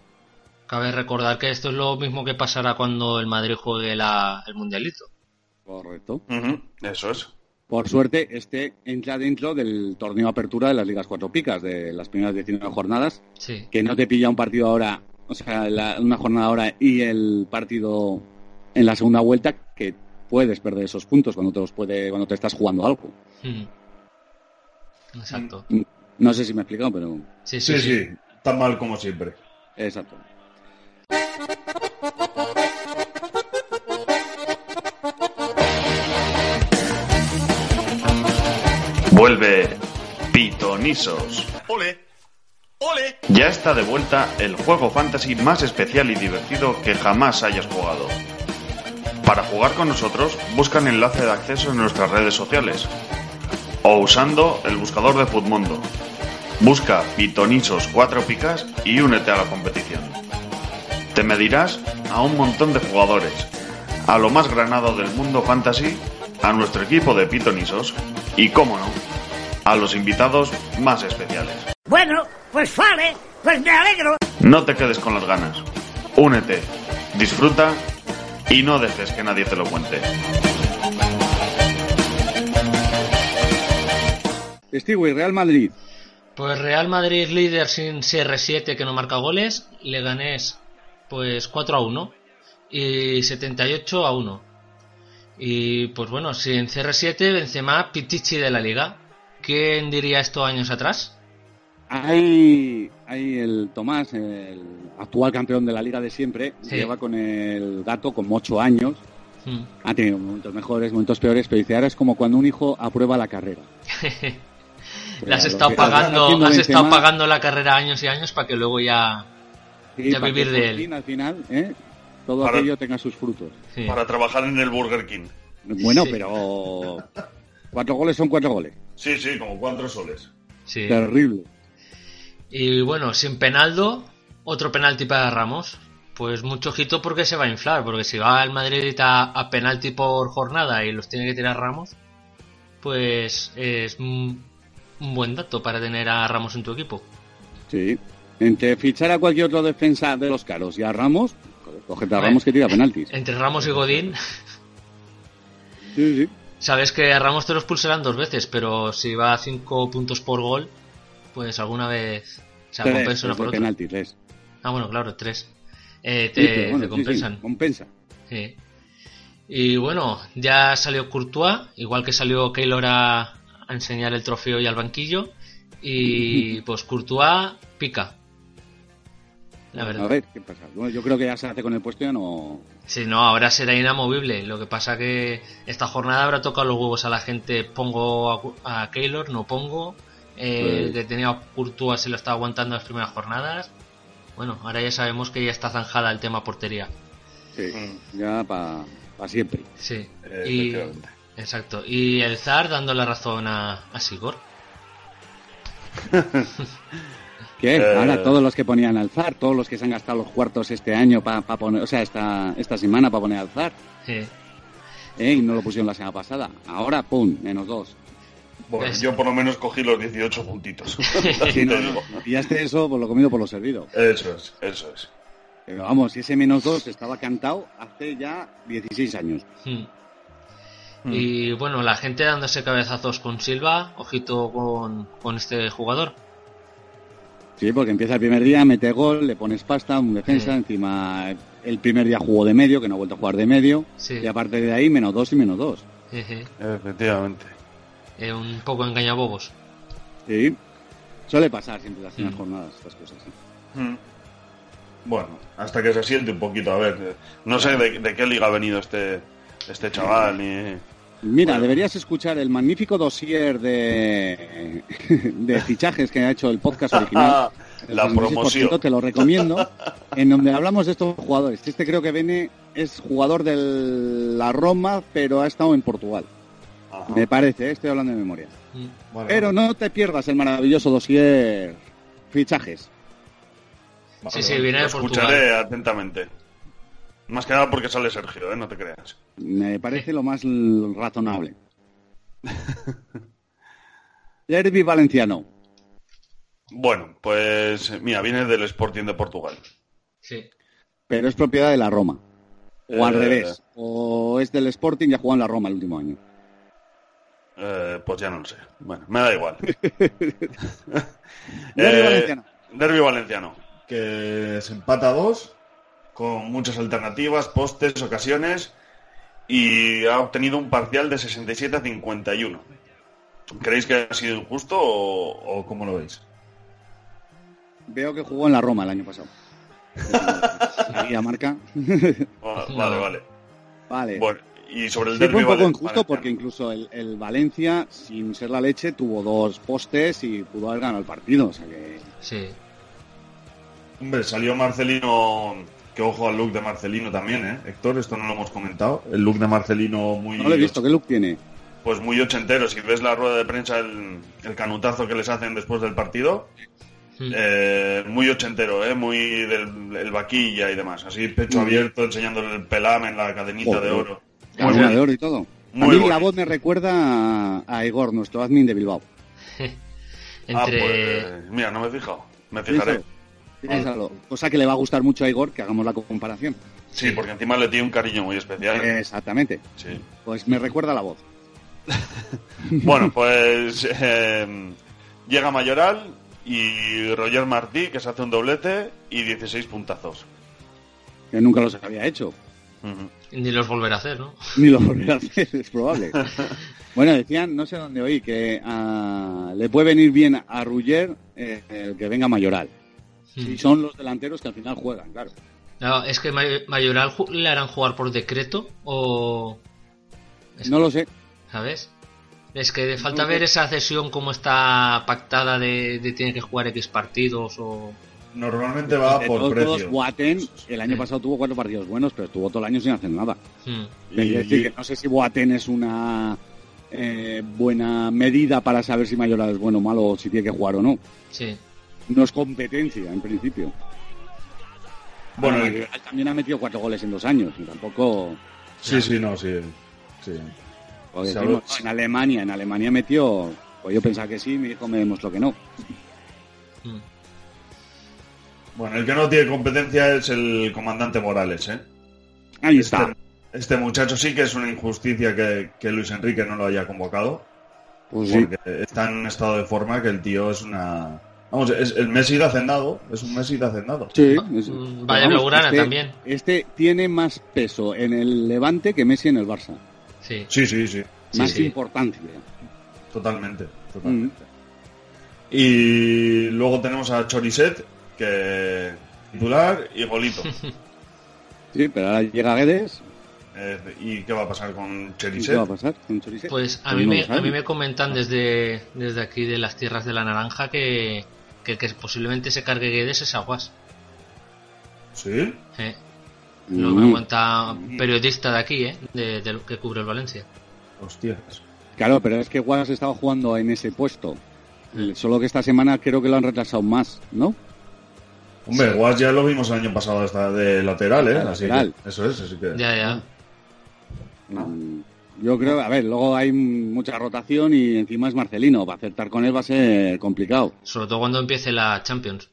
Speaker 6: Cabe recordar que esto es lo mismo que pasará cuando el Madrid juegue la- el Mundialito.
Speaker 5: Correcto.
Speaker 7: Ujú, Eso es.
Speaker 5: Por suerte, este entra dentro del torneo apertura de las Ligas Cuatro Picas, de las primeras 19 jornadas,
Speaker 6: Sí.
Speaker 5: que no te pilla un partido ahora, o sea, la- una jornada ahora y el partido en la segunda vuelta, que puedes perder esos puntos cuando te los puede, cuando te estás jugando algo.
Speaker 6: Mm. Exacto.
Speaker 5: No sé si me he explicado, pero
Speaker 6: Sí, sí, sí.
Speaker 7: Tan mal como siempre.
Speaker 5: exacto.
Speaker 7: Vuelve Pitonisos. ¡Ole! ¡Ole! Ya está de vuelta el juego fantasy más especial y divertido que jamás hayas jugado. Para jugar con nosotros, busca el enlace de acceso en nuestras redes sociales o usando el buscador de Futmundo. Busca Pitonisos 4 picas y únete a la competición. Te medirás a un montón de jugadores, a lo más granado del mundo fantasy, a nuestro equipo de pitonisos y, cómo no, a los invitados más especiales.
Speaker 4: Bueno, pues vale, pues me alegro.
Speaker 7: No te quedes con las ganas. Únete, disfruta y no dejes que nadie te lo cuente.
Speaker 5: Stewie, Real Madrid.
Speaker 6: Pues Real Madrid líder sin CR7 que no marca goles, Leganés pues 4 a 1 y 78 a 1. Y pues bueno, sin CR7 Benzema Pitichi de la liga. ¿Quién diría esto años atrás?
Speaker 5: Ahí, ahí el Tomás, el actual campeón de la liga de siempre,
Speaker 6: Sí.
Speaker 5: lleva con el gato como ocho años
Speaker 6: Hmm.
Speaker 5: Ha tenido momentos mejores, momentos peores, pero dice, ahora es como cuando un hijo aprueba la carrera.
Speaker 6: Le
Speaker 5: Claro,
Speaker 6: has
Speaker 5: Pues lo que
Speaker 6: estado
Speaker 5: está
Speaker 6: pagando,
Speaker 5: haciendo
Speaker 6: has estado
Speaker 5: Benzema-
Speaker 6: pagando la carrera años y años para que luego ya
Speaker 5: Y
Speaker 6: Ya
Speaker 5: para
Speaker 6: vivir
Speaker 5: que
Speaker 6: de
Speaker 5: por
Speaker 6: él.
Speaker 5: fin, al final, ¿eh? todo
Speaker 7: Para-
Speaker 5: aquello tenga sus frutos.
Speaker 6: sí,
Speaker 7: Para trabajar en el Burger King.
Speaker 5: Bueno,
Speaker 6: Sí.
Speaker 5: pero cuatro goles son cuatro goles.
Speaker 7: Sí, sí, como cuatro soles.
Speaker 6: sí.
Speaker 5: Terrible.
Speaker 6: Y bueno, sin penaldo, otro penalti para Ramos. Pues mucho ojito porque se va a inflar, porque si va al Madrid a, a penalti por jornada y los tiene que tirar Ramos, pues es un, un buen dato para tener a Ramos en tu equipo.
Speaker 5: Sí. Entre fichar a cualquier otro defensa de los caros y a Ramos, joder, cogete a
Speaker 6: A ver.
Speaker 5: Ramos que tira penaltis.
Speaker 6: Entre Ramos y Godín,
Speaker 5: Sí, sí.
Speaker 6: sabes que a Ramos te los pulsarán dos veces, pero si va a cinco puntos por gol, pues alguna vez se
Speaker 5: Tres,
Speaker 6: compensa una
Speaker 5: tres
Speaker 6: por
Speaker 5: de
Speaker 6: otra.
Speaker 5: penalti, tres.
Speaker 6: Ah, bueno, claro, tres. Eh,
Speaker 5: Sí,
Speaker 6: te,
Speaker 5: pero bueno,
Speaker 6: te
Speaker 5: sí, sí,
Speaker 6: compensan.
Speaker 5: compensa.
Speaker 6: Sí. Y bueno, ya salió Courtois, igual que salió Keylor a, a enseñar el trofeo y al banquillo. Y pues Courtois pica. La
Speaker 5: A
Speaker 6: verdad.
Speaker 5: ver, ¿qué pasa? Bueno, yo creo que ya se hace con el puesto y ya no...
Speaker 6: Si no, ahora será inamovible. Lo que pasa que esta jornada habrá tocado los huevos a la gente. Pongo a Cu- a, Keylor, no pongo. Eh,
Speaker 5: Sí.
Speaker 6: El que tenía a Courtois se lo está aguantando las primeras jornadas. Bueno, ahora ya sabemos que ya está zanjada el tema portería.
Speaker 5: Sí,
Speaker 7: Mm.
Speaker 5: ya para siempre.
Speaker 6: Sí.
Speaker 7: Eh,
Speaker 6: Y-
Speaker 7: efectivamente.
Speaker 6: exacto. Y el Zar dando la razón a, a Sigor.
Speaker 5: ¿Qué?
Speaker 7: Eh.
Speaker 5: Ahora todos los que ponían al zar, todos los que se han gastado los cuartos este año para poner, o sea, esta, esta semana para poner al zar,
Speaker 6: Sí.
Speaker 5: ¿eh? y no lo pusieron la semana pasada. Ahora, pum, menos dos.
Speaker 7: Bueno,
Speaker 6: Es-
Speaker 7: yo por lo menos cogí los 18 puntitos. Así
Speaker 5: Si no,
Speaker 7: te digo.
Speaker 5: no pillaste eso por lo comido por lo servido.
Speaker 7: Eso es, eso es.
Speaker 5: Pero vamos, si ese menos dos estaba cantado hace ya 16 años.
Speaker 6: Mm.
Speaker 7: Hmm.
Speaker 6: Y bueno, la gente dándose cabezazos con Silva, ojito con, con este jugador.
Speaker 5: Sí, porque empieza el primer día, mete gol, le pones pasta, un defensa,
Speaker 6: Sí.
Speaker 5: encima el primer día jugó de medio, que no ha vuelto a jugar de medio,
Speaker 6: Sí.
Speaker 5: y aparte de ahí, menos dos y menos dos.
Speaker 6: Jeje.
Speaker 7: Efectivamente.
Speaker 6: Eh, un poco engañabobos.
Speaker 5: Sí. Suele pasar siempre las primeras
Speaker 6: Mm.
Speaker 5: jornadas estas cosas. ¿eh?
Speaker 7: Mm. Bueno, hasta que se siente un poquito. A ver, eh, no sé de, de qué liga ha venido este, este chaval. ni-
Speaker 5: Mira,
Speaker 7: Bueno.
Speaker 5: deberías escuchar el magnífico dossier de, de fichajes que ha hecho el podcast original. Ah. El
Speaker 7: la
Speaker 5: 66%
Speaker 7: promoción.
Speaker 5: Te lo recomiendo. En donde hablamos de estos jugadores. Este creo que viene, es jugador de la Roma, pero ha estado en Portugal.
Speaker 7: Ajá.
Speaker 5: Me parece, ¿eh? estoy hablando de memoria.
Speaker 6: Mm.
Speaker 7: Bueno,
Speaker 5: Pero no te pierdas el maravilloso dossier fichajes.
Speaker 7: vale,
Speaker 6: Sí, sí,
Speaker 7: vale,
Speaker 6: viene
Speaker 7: lo
Speaker 6: de Portugal.
Speaker 7: Escucharé atentamente. Más que nada porque sale Sergio, ¿eh? no te creas.
Speaker 5: Me parece lo más l- razonable. Derby valenciano.
Speaker 7: Bueno, pues mira, viene del Sporting de Portugal.
Speaker 6: Sí.
Speaker 5: pero es propiedad de la Roma. O al
Speaker 7: Eh,
Speaker 5: revés. O es del Sporting y ha jugado en la Roma el último año.
Speaker 7: Eh, pues ya no lo sé. Bueno, me da igual.
Speaker 5: Derbi
Speaker 7: Eh,
Speaker 5: valenciano.
Speaker 7: Derbi valenciano. Que se empata a dos, con muchas alternativas, postes, ocasiones, y ha obtenido un parcial de 67 a 51. ¿Creéis que ha sido injusto o, o cómo lo veis?
Speaker 5: Veo que jugó en la Roma el año pasado. Ahí la marca.
Speaker 7: Ah,
Speaker 6: No.
Speaker 7: Vale, vale.
Speaker 5: Vale.
Speaker 7: Bueno, y sobre el
Speaker 5: Sí, fue
Speaker 7: derbi
Speaker 5: un poco
Speaker 7: valen-
Speaker 5: injusto
Speaker 7: valenciano.
Speaker 5: porque incluso el, el Valencia, sin ser la leche, tuvo dos postes y pudo haber ganado el partido. O sea que...
Speaker 6: Sí.
Speaker 7: Hombre, salió Marcelino. Que ojo al look de Marcelino también, ¿eh? Héctor, esto no lo hemos comentado. El look de Marcelino muy.
Speaker 5: No lo he visto. ¿Qué look tiene?
Speaker 7: pues muy ochentero. Si ves la rueda de prensa, el, el canutazo que les hacen después del partido,
Speaker 6: Mm.
Speaker 7: eh, muy ochentero, ¿eh? muy del el vaquilla y demás. Así, pecho abierto, enseñándole el pelame en la cadenita
Speaker 5: Joder.
Speaker 7: de oro. Muy
Speaker 5: Cadena
Speaker 7: bien.
Speaker 5: de oro y todo. a
Speaker 7: Muy
Speaker 5: mí la
Speaker 7: bonito.
Speaker 5: voz me recuerda a, a Igor, nuestro admin de Bilbao.
Speaker 7: Ah,
Speaker 6: Entre.
Speaker 7: pues, mira, no me he fijado. Me fijaré.
Speaker 5: Piénsalo. Piénsalo. Cosa que le va a gustar mucho a Igor que hagamos la comparación.
Speaker 7: Sí, porque encima le tiene un cariño muy especial.
Speaker 5: Eh, Exactamente.
Speaker 7: Sí.
Speaker 5: Pues me recuerda la voz.
Speaker 7: Bueno, pues eh, llega Mayoral y Roger Martí, que se hace un doblete y 16 puntazos.
Speaker 5: que nunca los había hecho.
Speaker 7: Ujú.
Speaker 6: Ni los volverá a hacer, ¿no?
Speaker 5: Ni lo volverá a hacer, es probable. Bueno, decían, no sé dónde oí, que ah, le puede venir bien a Ruller eh, el que venga Mayoral.
Speaker 6: Mm.
Speaker 5: Y son los delanteros que al final juegan, claro.
Speaker 6: No, es que May- Mayoral ju- le harán jugar por decreto o. Es-
Speaker 5: No lo sé.
Speaker 6: ¿Sabes? Es que de falta ver esa cesión como está pactada de, de tiene que jugar X partidos o.
Speaker 7: Normalmente va
Speaker 5: De
Speaker 7: por
Speaker 5: todos modos,
Speaker 7: precio.
Speaker 5: Boateng, el año pasado tuvo cuatro partidos buenos, pero estuvo todo el año sin hacer nada.
Speaker 6: Mm.
Speaker 5: Es decir, que no sé si Boateng es una eh, buena medida para saber si Mayoral es bueno o malo o si tiene que jugar o no.
Speaker 6: Sí.
Speaker 5: No es competencia, en principio.
Speaker 7: Bueno,
Speaker 5: Bueno,
Speaker 7: el-
Speaker 5: Mayoral también ha metido cuatro goles en dos años y tampoco...
Speaker 7: Sí, sí, no, sí. sí.
Speaker 5: Porque
Speaker 7: Se
Speaker 5: decimos,
Speaker 7: habló-
Speaker 5: "No, en Alemania, en Alemania metió, pues yo pensaba que sí, mi hijo me demostró que no.
Speaker 6: Mm.
Speaker 7: Bueno, el que no tiene competencia es el comandante Morales, ¿eh?
Speaker 5: Ahí
Speaker 7: Este-
Speaker 5: está.
Speaker 7: Este muchacho sí que es una injusticia que, que Luis Enrique no lo haya convocado.
Speaker 5: Pues sí.
Speaker 7: Porque está en un estado de forma que el tío es una. Vamos, es el Messi de Hacendado. Es un Messi de Hacendado.
Speaker 5: Sí,
Speaker 6: Mm,
Speaker 5: es- pero
Speaker 6: Vaya
Speaker 5: vamos,
Speaker 6: blaugrana también.
Speaker 5: Este tiene más peso en el Levante que Messi en el Barça.
Speaker 6: Sí.
Speaker 7: Sí, sí, sí.
Speaker 6: Sí,
Speaker 5: más
Speaker 6: sí.
Speaker 5: importancia.
Speaker 7: totalmente. totalmente. Y luego tenemos a Choriset, que titular y golito.
Speaker 5: Sí, pero ahora llega Guedes.
Speaker 7: Eh, ¿Y qué va a pasar con
Speaker 5: ¿y ¿Qué
Speaker 7: Choriset?
Speaker 5: va a pasar con Chorisex?
Speaker 6: Pues a
Speaker 5: Pues
Speaker 6: mí,
Speaker 5: no
Speaker 6: me,
Speaker 5: lo saben.
Speaker 6: a mí me comentan desde, desde aquí de las tierras de la naranja que, que, que posiblemente se cargue Guedes es aguas.
Speaker 7: ¿Sí?
Speaker 6: eh. Lo me cuenta un periodista de aquí, eh, de, de lo que cubre el Valencia.
Speaker 7: Hostias.
Speaker 5: Claro, pero es que Guas estaba jugando en ese puesto.
Speaker 6: Mm.
Speaker 5: Solo que esta semana creo que lo han retrasado más, ¿no?
Speaker 7: Hombre,
Speaker 6: Sí.
Speaker 7: Guas ya lo vimos el año pasado hasta de lateral, ¿eh?
Speaker 5: Ah,
Speaker 7: Así
Speaker 5: lateral.
Speaker 7: que- eso es, así que...
Speaker 6: Ya, ya.
Speaker 5: Mm, Yo creo, a ver, luego hay mucha rotación y encima es Marcelino. Para acertar con él va a ser complicado.
Speaker 6: Sobre todo cuando empiece la Champions.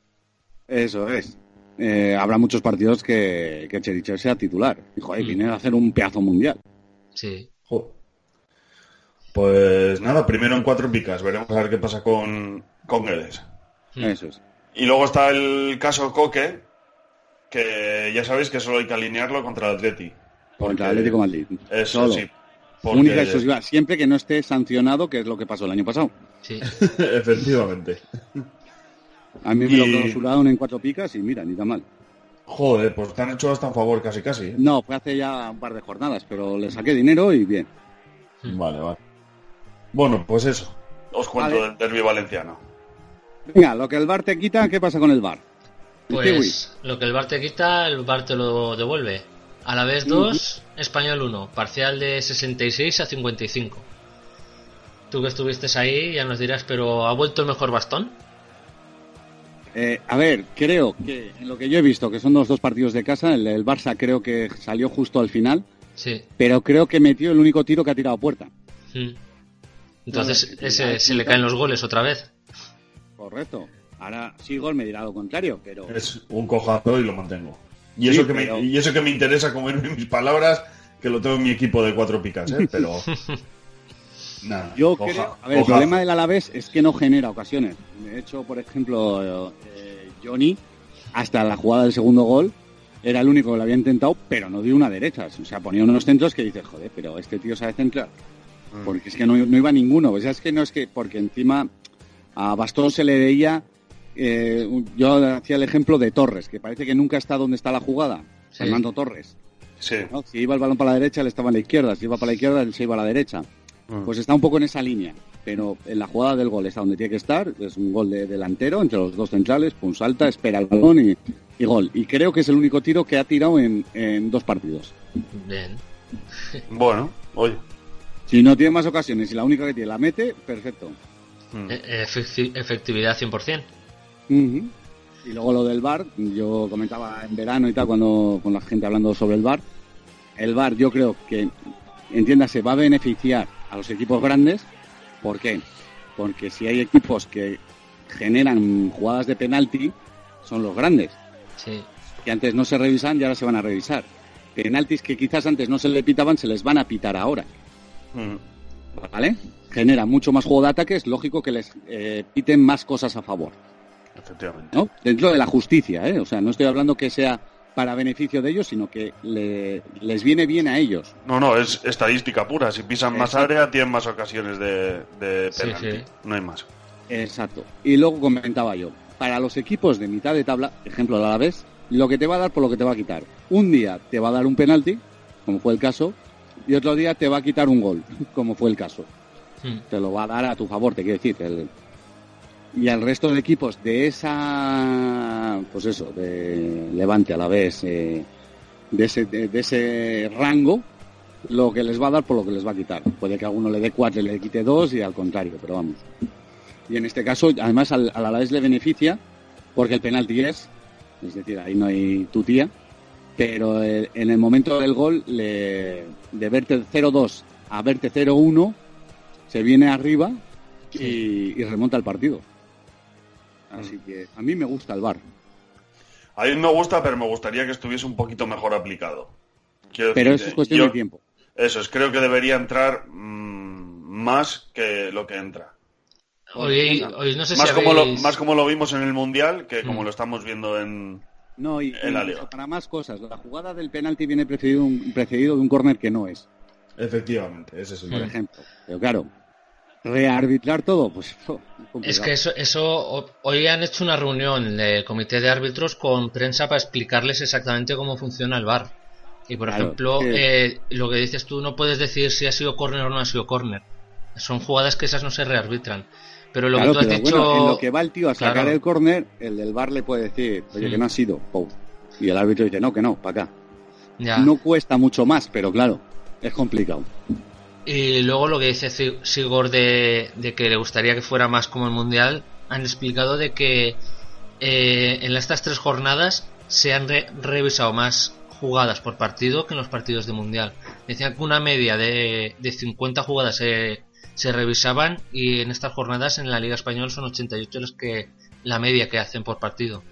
Speaker 5: Eso es. Eh, habrá muchos partidos que, que Cherichev sea titular. Y joder,
Speaker 6: Mm.
Speaker 5: viene a hacer un pedazo mundial.
Speaker 6: Sí.
Speaker 7: Jo. Pues nada, primero en cuatro picas. Veremos a ver qué pasa con, con Guedes.
Speaker 6: Mm.
Speaker 5: Eso es.
Speaker 7: Y luego está el caso Coque, que ya sabéis que solo hay que alinearlo contra el Atleti. Porque-
Speaker 5: Contra el Atlético de Madrid.
Speaker 7: Eso
Speaker 5: Solo.
Speaker 7: sí. Porque-
Speaker 5: Única y exclusiva. Siempre que no esté sancionado, que es lo que pasó el año pasado.
Speaker 6: Sí.
Speaker 7: Efectivamente.
Speaker 5: A mí me
Speaker 7: Y-
Speaker 5: lo clausuraron en cuatro picas y mira, ni tan mal.
Speaker 7: Joder, pues te han hecho hasta un favor casi casi. ¿eh?
Speaker 5: No, fue hace ya un par de jornadas, pero le saqué dinero y bien.
Speaker 6: Mm.
Speaker 7: Vale, vale. Bueno, pues eso. Os cuento
Speaker 5: Vale.
Speaker 7: del derbi valenciano.
Speaker 5: Venga, lo que el bar te quita, ¿qué pasa con el bar?
Speaker 6: Pues lo que el bar te quita, el bar te lo devuelve. A la vez 2, español 1, parcial de 66 a 55. Tú que estuviste ahí ya nos dirás, pero ¿ha vuelto el mejor bastón?
Speaker 5: Eh, a ver, creo que en lo que yo he visto, que son los dos partidos de casa, el, el Barça creo que salió justo al final,
Speaker 6: Sí.
Speaker 5: pero creo que metió el único tiro que ha tirado a puerta.
Speaker 6: Mm. Entonces
Speaker 5: Joder,
Speaker 6: ese,
Speaker 5: mira,
Speaker 6: se le
Speaker 5: mira.
Speaker 6: caen los goles otra vez.
Speaker 5: Correcto. Ahora Sigor me dirá lo contrario, pero
Speaker 7: Es un cojazo y lo mantengo. Y,
Speaker 5: Sí,
Speaker 7: eso que
Speaker 5: pero-
Speaker 7: me, y eso que me interesa comerme mis palabras, que lo tengo en mi equipo de cuatro picas, ¿eh? Pero. Nada,
Speaker 5: yo
Speaker 7: coja-
Speaker 5: creo... A ver, el
Speaker 7: cojazo.
Speaker 5: problema del Alavés es que no genera ocasiones. De hecho, por ejemplo, eh, Johnny, hasta la jugada del segundo gol, era el único que lo había intentado, pero no dio una derecha. O sea, ponía unos centros que dices, joder, pero este tío sabe centrar.
Speaker 7: Mm.
Speaker 5: porque es que no, no iba ninguno. O sea, es que no es que, porque encima a Bastón se le veía, eh, un- yo hacía el ejemplo de Torres, que parece que nunca está donde está la jugada,
Speaker 6: Sí.
Speaker 5: Fernando Torres.
Speaker 7: Sí.
Speaker 5: ¿no? Si iba el balón para la derecha, él estaba en la izquierda, si iba para la izquierda, él se iba a la derecha. Pues está un poco en esa línea, pero en la jugada del gol está donde tiene que estar, es un gol de delantero entre los dos centrales, pum, salta, espera el balón y, y gol. Y creo que es el único tiro que ha tirado en- en dos partidos.
Speaker 6: Bien.
Speaker 7: Bueno, oye.
Speaker 5: Si no tiene más ocasiones y la única que tiene la mete, perfecto.
Speaker 6: E- efecti- efectividad 100%.
Speaker 5: Ujú. Y luego lo del bar, yo comentaba en verano y tal, cuando con la gente hablando sobre el bar. El bar, yo creo que, entiéndase, va a beneficiar a los equipos grandes. ¿Por qué? Porque si hay equipos que generan jugadas de penalti, son los grandes,
Speaker 6: Sí.
Speaker 5: que antes no se revisan y ahora se van a revisar. Penaltis que quizás antes no se le pitaban, se les van a pitar ahora. ¿Vale? Genera mucho más juego de ataque, es lógico que les eh, piten más cosas a favor.
Speaker 7: Efectivamente.
Speaker 5: ¿no? Dentro de la justicia, ¿eh? O sea, no estoy hablando que sea para beneficio de ellos, sino que le- les viene bien a ellos.
Speaker 7: No, no, es estadística pura. Si pisan más
Speaker 5: Exacto.
Speaker 7: área, tienen más ocasiones de, de
Speaker 6: Sí,
Speaker 7: penalti.
Speaker 6: sí.
Speaker 7: No hay más.
Speaker 5: Exacto. Y luego comentaba yo, para los equipos de mitad de tabla, ejemplo el Alavés, lo que te va a dar por lo que te va a quitar. Un día te va a dar un penalti, como fue el caso, y otro día te va a quitar un gol, como fue el caso.
Speaker 6: Mm.
Speaker 5: te lo va a dar a tu favor, te quiero decir. el- y al resto de equipos de esa, pues eso, de Levante a la vez, eh, de, ese, de, de ese rango, lo que les va a dar por lo que les va a quitar. Puede que a uno le dé cuatro y le quite dos y al contrario, pero vamos. Y en este caso, además, al, al Alavés le beneficia porque el penalti es, es decir, ahí no hay tutía, pero eh, en el momento del gol, le- de verte 0-2 a verte 0-1, se viene arriba y, y remonta el partido.
Speaker 6: Mm.
Speaker 5: Así que a mí me gusta el bar.
Speaker 7: A mí me gusta, pero me gustaría que estuviese un poquito mejor aplicado. Quiero
Speaker 5: Pero
Speaker 7: decir
Speaker 5: eso es
Speaker 7: que
Speaker 5: cuestión
Speaker 7: yo-
Speaker 5: de tiempo.
Speaker 7: Eso es, creo que debería entrar mm, más que lo que entra.
Speaker 6: Hoy, hoy no sé
Speaker 7: más,
Speaker 6: si
Speaker 7: como lo,
Speaker 6: habéis-
Speaker 7: más como lo vimos en el Mundial que como
Speaker 6: Mm.
Speaker 7: lo estamos viendo en...
Speaker 5: No, y, y
Speaker 7: en la liga.
Speaker 5: para más cosas, la jugada del penalti viene precedido, un- precedido de un córner que no es,
Speaker 7: Efectivamente, ese es el
Speaker 5: por ejemplo. Pero claro, rearbitrar todo, pues jo,
Speaker 6: Es
Speaker 5: complicado.
Speaker 6: que eso, eso ho- hoy han hecho una reunión del comité de árbitros con prensa para explicarles exactamente cómo funciona el bar. Y por
Speaker 5: Claro,
Speaker 6: ejemplo,
Speaker 5: sí.
Speaker 6: eh, lo que dices tú, no puedes decir si ha sido córner o no ha sido córner. Son jugadas que esas no se rearbitran. Pero lo
Speaker 5: Claro,
Speaker 6: que tú has
Speaker 5: pero
Speaker 6: dicho.
Speaker 5: bueno, en lo que va el tío a sacar
Speaker 6: Claro. Mm.
Speaker 5: el córner, el del bar le puede decir, oye,
Speaker 6: Sí.
Speaker 5: que no ha sido, Pou. Y el árbitro dice, no, que no, para acá.
Speaker 6: Ya.
Speaker 5: No cuesta mucho más, pero claro, es complicado.
Speaker 6: Y luego lo que dice Si- Sigor de, de que le gustaría que fuera más como el Mundial, han explicado de que eh, en estas tres jornadas se han re- revisado más jugadas por partido que en los partidos de Mundial. Decían que una media de, de 50 jugadas se, se revisaban y en estas jornadas en la Liga Española son 88 los que, la media que hacen por partido.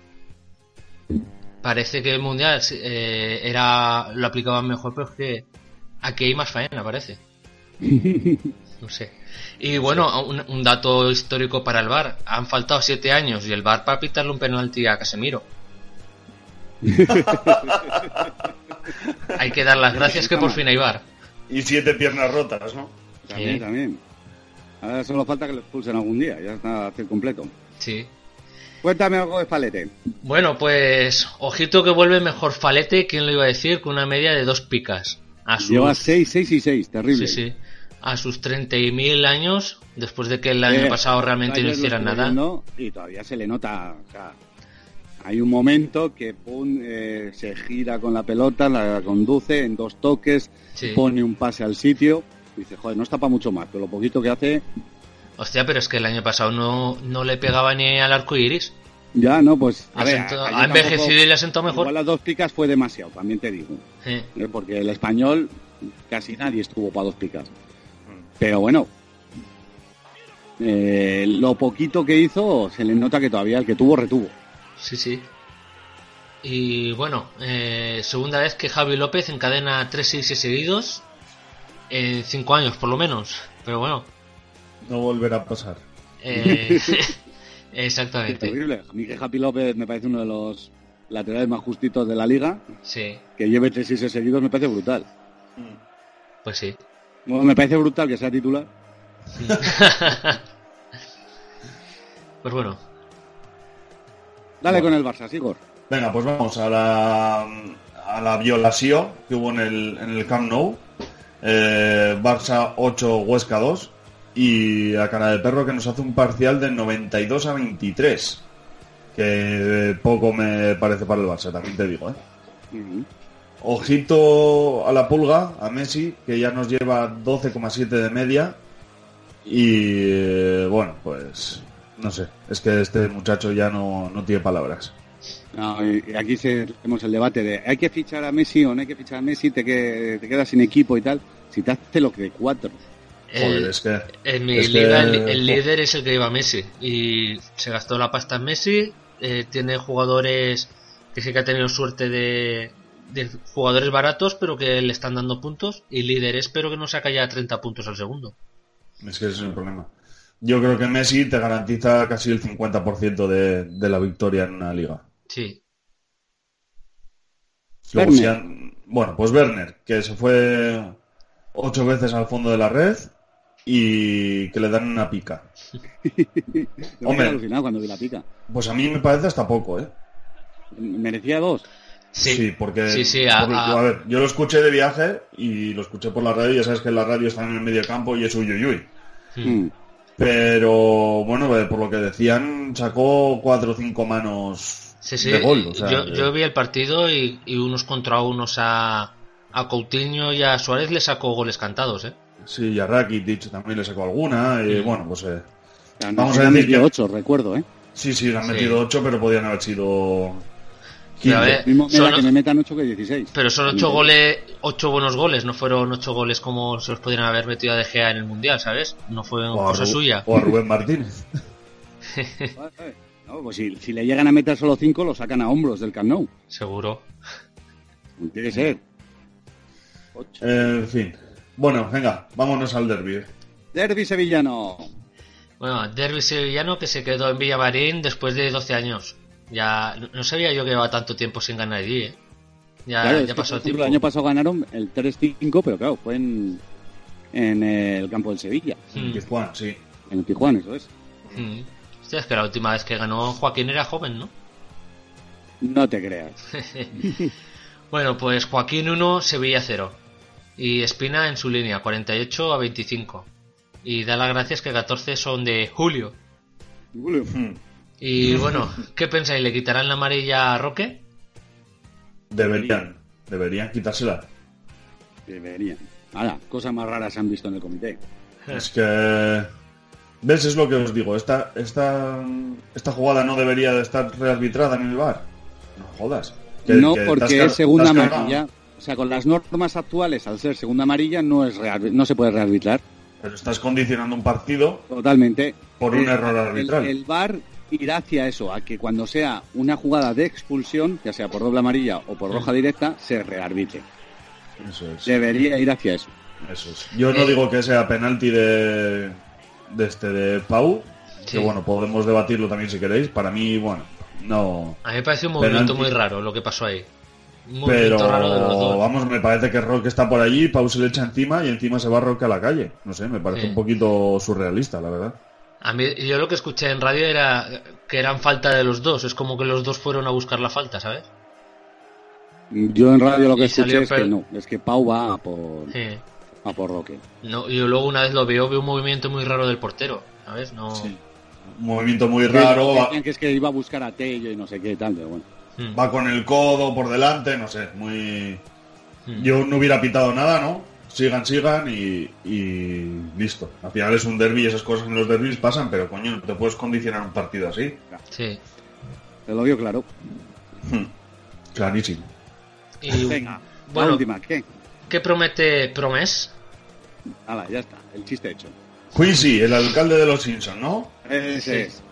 Speaker 6: Parece que el Mundial eh, era lo aplicaban mejor, pero es que aquí hay más faena, parece. No sé. Y bueno, un, un dato histórico para el VAR. Han faltado siete años y el VAR para pitarle un penalti a Casemiro. Hay que dar las gracias que por fin hay VAR.
Speaker 7: Y siete piernas rotas, ¿no?
Speaker 5: También,
Speaker 6: Sí.
Speaker 5: también. Ahora solo falta que lo expulsen algún día, ya está hacer completo.
Speaker 6: Sí.
Speaker 5: Cuéntame algo de Palete.
Speaker 6: Bueno, pues ojito que vuelve mejor Falete, ¿quién lo iba a decir? Con una media de dos picas. A sus,
Speaker 5: Lleva 6, 6 y 6, terrible.
Speaker 6: sí, sí. A sus 30.000 años, después de que el
Speaker 5: Eh,
Speaker 6: año pasado realmente
Speaker 5: ayer
Speaker 6: no
Speaker 5: lo
Speaker 6: hiciera
Speaker 5: estuve
Speaker 6: nada.
Speaker 5: viendo Y todavía se le nota. o sea, hay un momento que pum, eh, se gira con la pelota, la conduce en dos toques,
Speaker 6: Sí.
Speaker 5: pone un pase al sitio. Y dice, joder, no está para mucho más, pero lo poquito que hace,
Speaker 6: Hostia, pero es que el año pasado no, no le pegaba ni al arco iris.
Speaker 5: ya no, pues.
Speaker 6: Le
Speaker 5: A ver,
Speaker 6: ha sentado-
Speaker 5: ayer
Speaker 6: ha
Speaker 5: tampoco-
Speaker 6: envejecido y le ha sentado mejor.
Speaker 5: Igual las dos picas fue demasiado, también te digo.
Speaker 6: Sí.
Speaker 5: ¿eh? Porque el español casi nadie estuvo para dos picas. Pero bueno, eh, lo poquito que hizo se le nota que todavía el que tuvo retuvo.
Speaker 6: Sí, sí. Y bueno, eh, segunda vez que Javi López encadena tres 6 seguidos en cinco años por lo menos. Pero bueno,
Speaker 7: No volverá a pasar.
Speaker 6: eh,
Speaker 5: Qué
Speaker 6: exactamente.
Speaker 5: terrible. A mí que Happy López me parece uno de los laterales más justitos de la liga.
Speaker 6: Sí,
Speaker 5: Que lleve tres seis seguidos me parece brutal.
Speaker 7: Mm.
Speaker 6: pues sí.
Speaker 5: Bueno, me parece brutal que sea titular.
Speaker 6: Pues bueno,
Speaker 5: Dale con el Barça, Sigor.
Speaker 7: Venga, pues vamos a la, a la violación que hubo en el, en el Camp Nou. Eh, Barça 8, Huesca 2. Y a Cara de Perro que nos hace un parcial de 92 a 23. Que poco me parece para el Barça, también te digo. ¿eh?
Speaker 5: Ujú.
Speaker 7: Ojito a la pulga, a Messi, que ya nos lleva 12,7 de media. Y eh, bueno, pues no sé, es que este muchacho ya no, no tiene palabras.
Speaker 5: No, y- y aquí se- tenemos el debate de hay que fichar a Messi o no hay que fichar a Messi, te, que- te quedas sin equipo y tal. Si te hace lo que cuatro.
Speaker 7: Joder,
Speaker 6: el-
Speaker 7: es este que.
Speaker 6: en mi
Speaker 7: es que-
Speaker 6: liga el, el líder es el que lleva Messi. Y se gastó la pasta en Messi. eh, tiene jugadores que sí que ha tenido suerte de, de jugadores baratos, pero que le están dando puntos. Y líder es, pero que no saca ya 30 puntos al segundo.
Speaker 7: Es que ese es el problema. Yo creo que Messi te garantiza casi el 50% de, de la victoria en una liga.
Speaker 6: Sí,
Speaker 7: Luego,
Speaker 5: Werner.
Speaker 7: si han- bueno, pues Werner, que se fue ocho veces al fondo de la red y que le dan una pica.
Speaker 5: Yo me
Speaker 7: Hombre.
Speaker 5: quedé alucinado cuando vi la pica.
Speaker 7: Pues a mí me parece hasta poco, ¿eh?
Speaker 5: Merecía dos.
Speaker 6: sí,
Speaker 7: porque.
Speaker 6: Sí, sí, a-
Speaker 7: porque,
Speaker 6: a-
Speaker 7: a ver, yo lo escuché de viaje y lo escuché por la radio. Ya sabes que la radio está en el medio campo y es uyuyuy.
Speaker 6: Mm.
Speaker 5: Mm.
Speaker 7: Pero bueno, eh, por lo que decían, sacó cuatro o cinco manos
Speaker 6: Sí, sí.
Speaker 7: de gol. o sea, eh.
Speaker 6: yo,
Speaker 7: que-
Speaker 6: yo vi el partido y, y unos contra unos a, a Coutinho y a Suárez le sacó goles cantados, ¿eh?
Speaker 7: Sí, y a Rakitic también le sacó alguna. Y
Speaker 6: Mm.
Speaker 7: bueno, pues eh,
Speaker 5: O sea,
Speaker 7: Vamos
Speaker 5: no
Speaker 7: a
Speaker 5: han
Speaker 7: decir
Speaker 5: metido
Speaker 7: que-
Speaker 5: ocho, recuerdo, ¿eh?
Speaker 7: sí, sí, le han
Speaker 6: Sí.
Speaker 7: metido ocho, pero podían haber sido
Speaker 6: Pero a
Speaker 7: 15.
Speaker 6: ver,
Speaker 5: Mismo me da
Speaker 6: son-
Speaker 5: que me metan ocho que 16.
Speaker 6: Pero son ocho goles, ocho buenos goles, no fueron ocho goles como se los podrían haber metido a De Gea en el Mundial, ¿sabes? No fue
Speaker 7: O a
Speaker 6: cosa
Speaker 7: Ru-
Speaker 6: suya.
Speaker 7: O a Rubén Martínez.
Speaker 5: No, pues si, si le llegan a meter solo cinco, lo sacan a hombros del Camp Nou. Pues
Speaker 6: Seguro.
Speaker 5: Tiene que ser.
Speaker 7: Eh, en fin. Bueno, venga, vámonos al derby. eh.
Speaker 5: Derby sevillano.
Speaker 6: Bueno, Derby sevillano que se quedó en Villamarín después de 12 años. Ya no- no sabía yo que llevaba tanto tiempo sin ganar allí, ¿eh? Ya,
Speaker 5: Claro, es
Speaker 6: ya
Speaker 5: que,
Speaker 6: pasó
Speaker 5: por ejemplo,
Speaker 6: el tiempo.
Speaker 5: El año pasado ganaron el 3-5, pero claro, fue en, en el campo del Sevilla,
Speaker 7: En Pizjuán, sí.
Speaker 5: en el Tijuana, eso es.
Speaker 6: Mm. Hostia, es que la última vez que ganó Joaquín era joven, ¿no?
Speaker 5: No te creas.
Speaker 6: Bueno, pues Joaquín 1, Sevilla 0. Y Espina en su línea, 48 a 25. Y da las gracias que 14 son de Julio.
Speaker 5: Julio.
Speaker 7: Hmm.
Speaker 6: Y bueno, ¿qué pensáis? ¿Le quitarán la amarilla a Roque?
Speaker 7: Deberían, deberían quitársela.
Speaker 5: Deberían. Ahora, cosas más raras se han visto en el comité.
Speaker 6: Eh.
Speaker 7: Es que. ¿Ves? Es lo que os digo. Esta, esta, esta jugada no debería de estar rearbitrada en el bar. No jodas. Que-
Speaker 5: no,
Speaker 7: que te has
Speaker 5: porque
Speaker 7: car-
Speaker 5: es segunda
Speaker 7: te has cargado-
Speaker 5: amarilla. O sea, con las normas actuales, al ser segunda amarilla, no, es rear- no se puede rearbitrar.
Speaker 7: Pero estás condicionando un partido
Speaker 5: Totalmente.
Speaker 7: por un
Speaker 5: Eh,
Speaker 7: error
Speaker 5: El,
Speaker 7: arbitral.
Speaker 5: el VAR irá hacia eso, a que cuando sea una jugada de expulsión, ya sea por doble amarilla o por roja directa, se rearbitre.
Speaker 7: Eso es.
Speaker 5: Debería ir hacia eso.
Speaker 7: Eso es. Yo
Speaker 6: Eh,
Speaker 7: no digo que sea penalti de, de este de Pau,
Speaker 6: Sí.
Speaker 7: que bueno, podemos debatirlo también si queréis. Para mí, bueno, no.
Speaker 6: A mí me parece un movimiento
Speaker 7: Penalti.
Speaker 6: muy raro lo que pasó ahí. Un
Speaker 7: Pero
Speaker 6: movimiento raro de los dos.
Speaker 7: vamos, me parece que Rock está por allí, Pau se le echa encima y encima se va Rock a la calle. No sé, me parece
Speaker 6: Sí.
Speaker 7: un poquito surrealista, la verdad.
Speaker 6: A mí, yo lo que escuché en radio era que eran falta de los dos. Es como que los dos fueron a buscar la falta, ¿sabes?
Speaker 5: Yo en radio lo que
Speaker 6: Y
Speaker 5: escuché
Speaker 6: salió
Speaker 5: es
Speaker 6: per-
Speaker 5: que no, es que Pau va a por,
Speaker 6: Sí.
Speaker 5: a por Roque.
Speaker 6: No, yo luego una vez lo veo, veo un movimiento muy raro del portero, ¿sabes? No...
Speaker 7: Sí. Un movimiento muy raro, va,
Speaker 5: Decían Que es que iba a buscar a Tello y no sé qué y tal, pero bueno.
Speaker 6: Mm,
Speaker 7: va con el codo por delante, no sé, muy.
Speaker 6: mm.
Speaker 7: Yo no hubiera pitado nada, ¿no? Sigan, sigan y, y listo. Al final es un derby y esas cosas en los derbis pasan, pero coño, no te puedes condicionar un partido así.
Speaker 6: Sí.
Speaker 5: Te lo dio claro.
Speaker 7: Clarísimo.
Speaker 6: Y,
Speaker 5: Venga, la
Speaker 6: bueno,
Speaker 5: última, ¿qué?
Speaker 6: ¿qué promete Promes?
Speaker 5: Hala, ya está, el chiste hecho.
Speaker 7: Quincy, el alcalde de los Simpsons, ¿no?
Speaker 5: Ese
Speaker 6: Sí.
Speaker 5: es.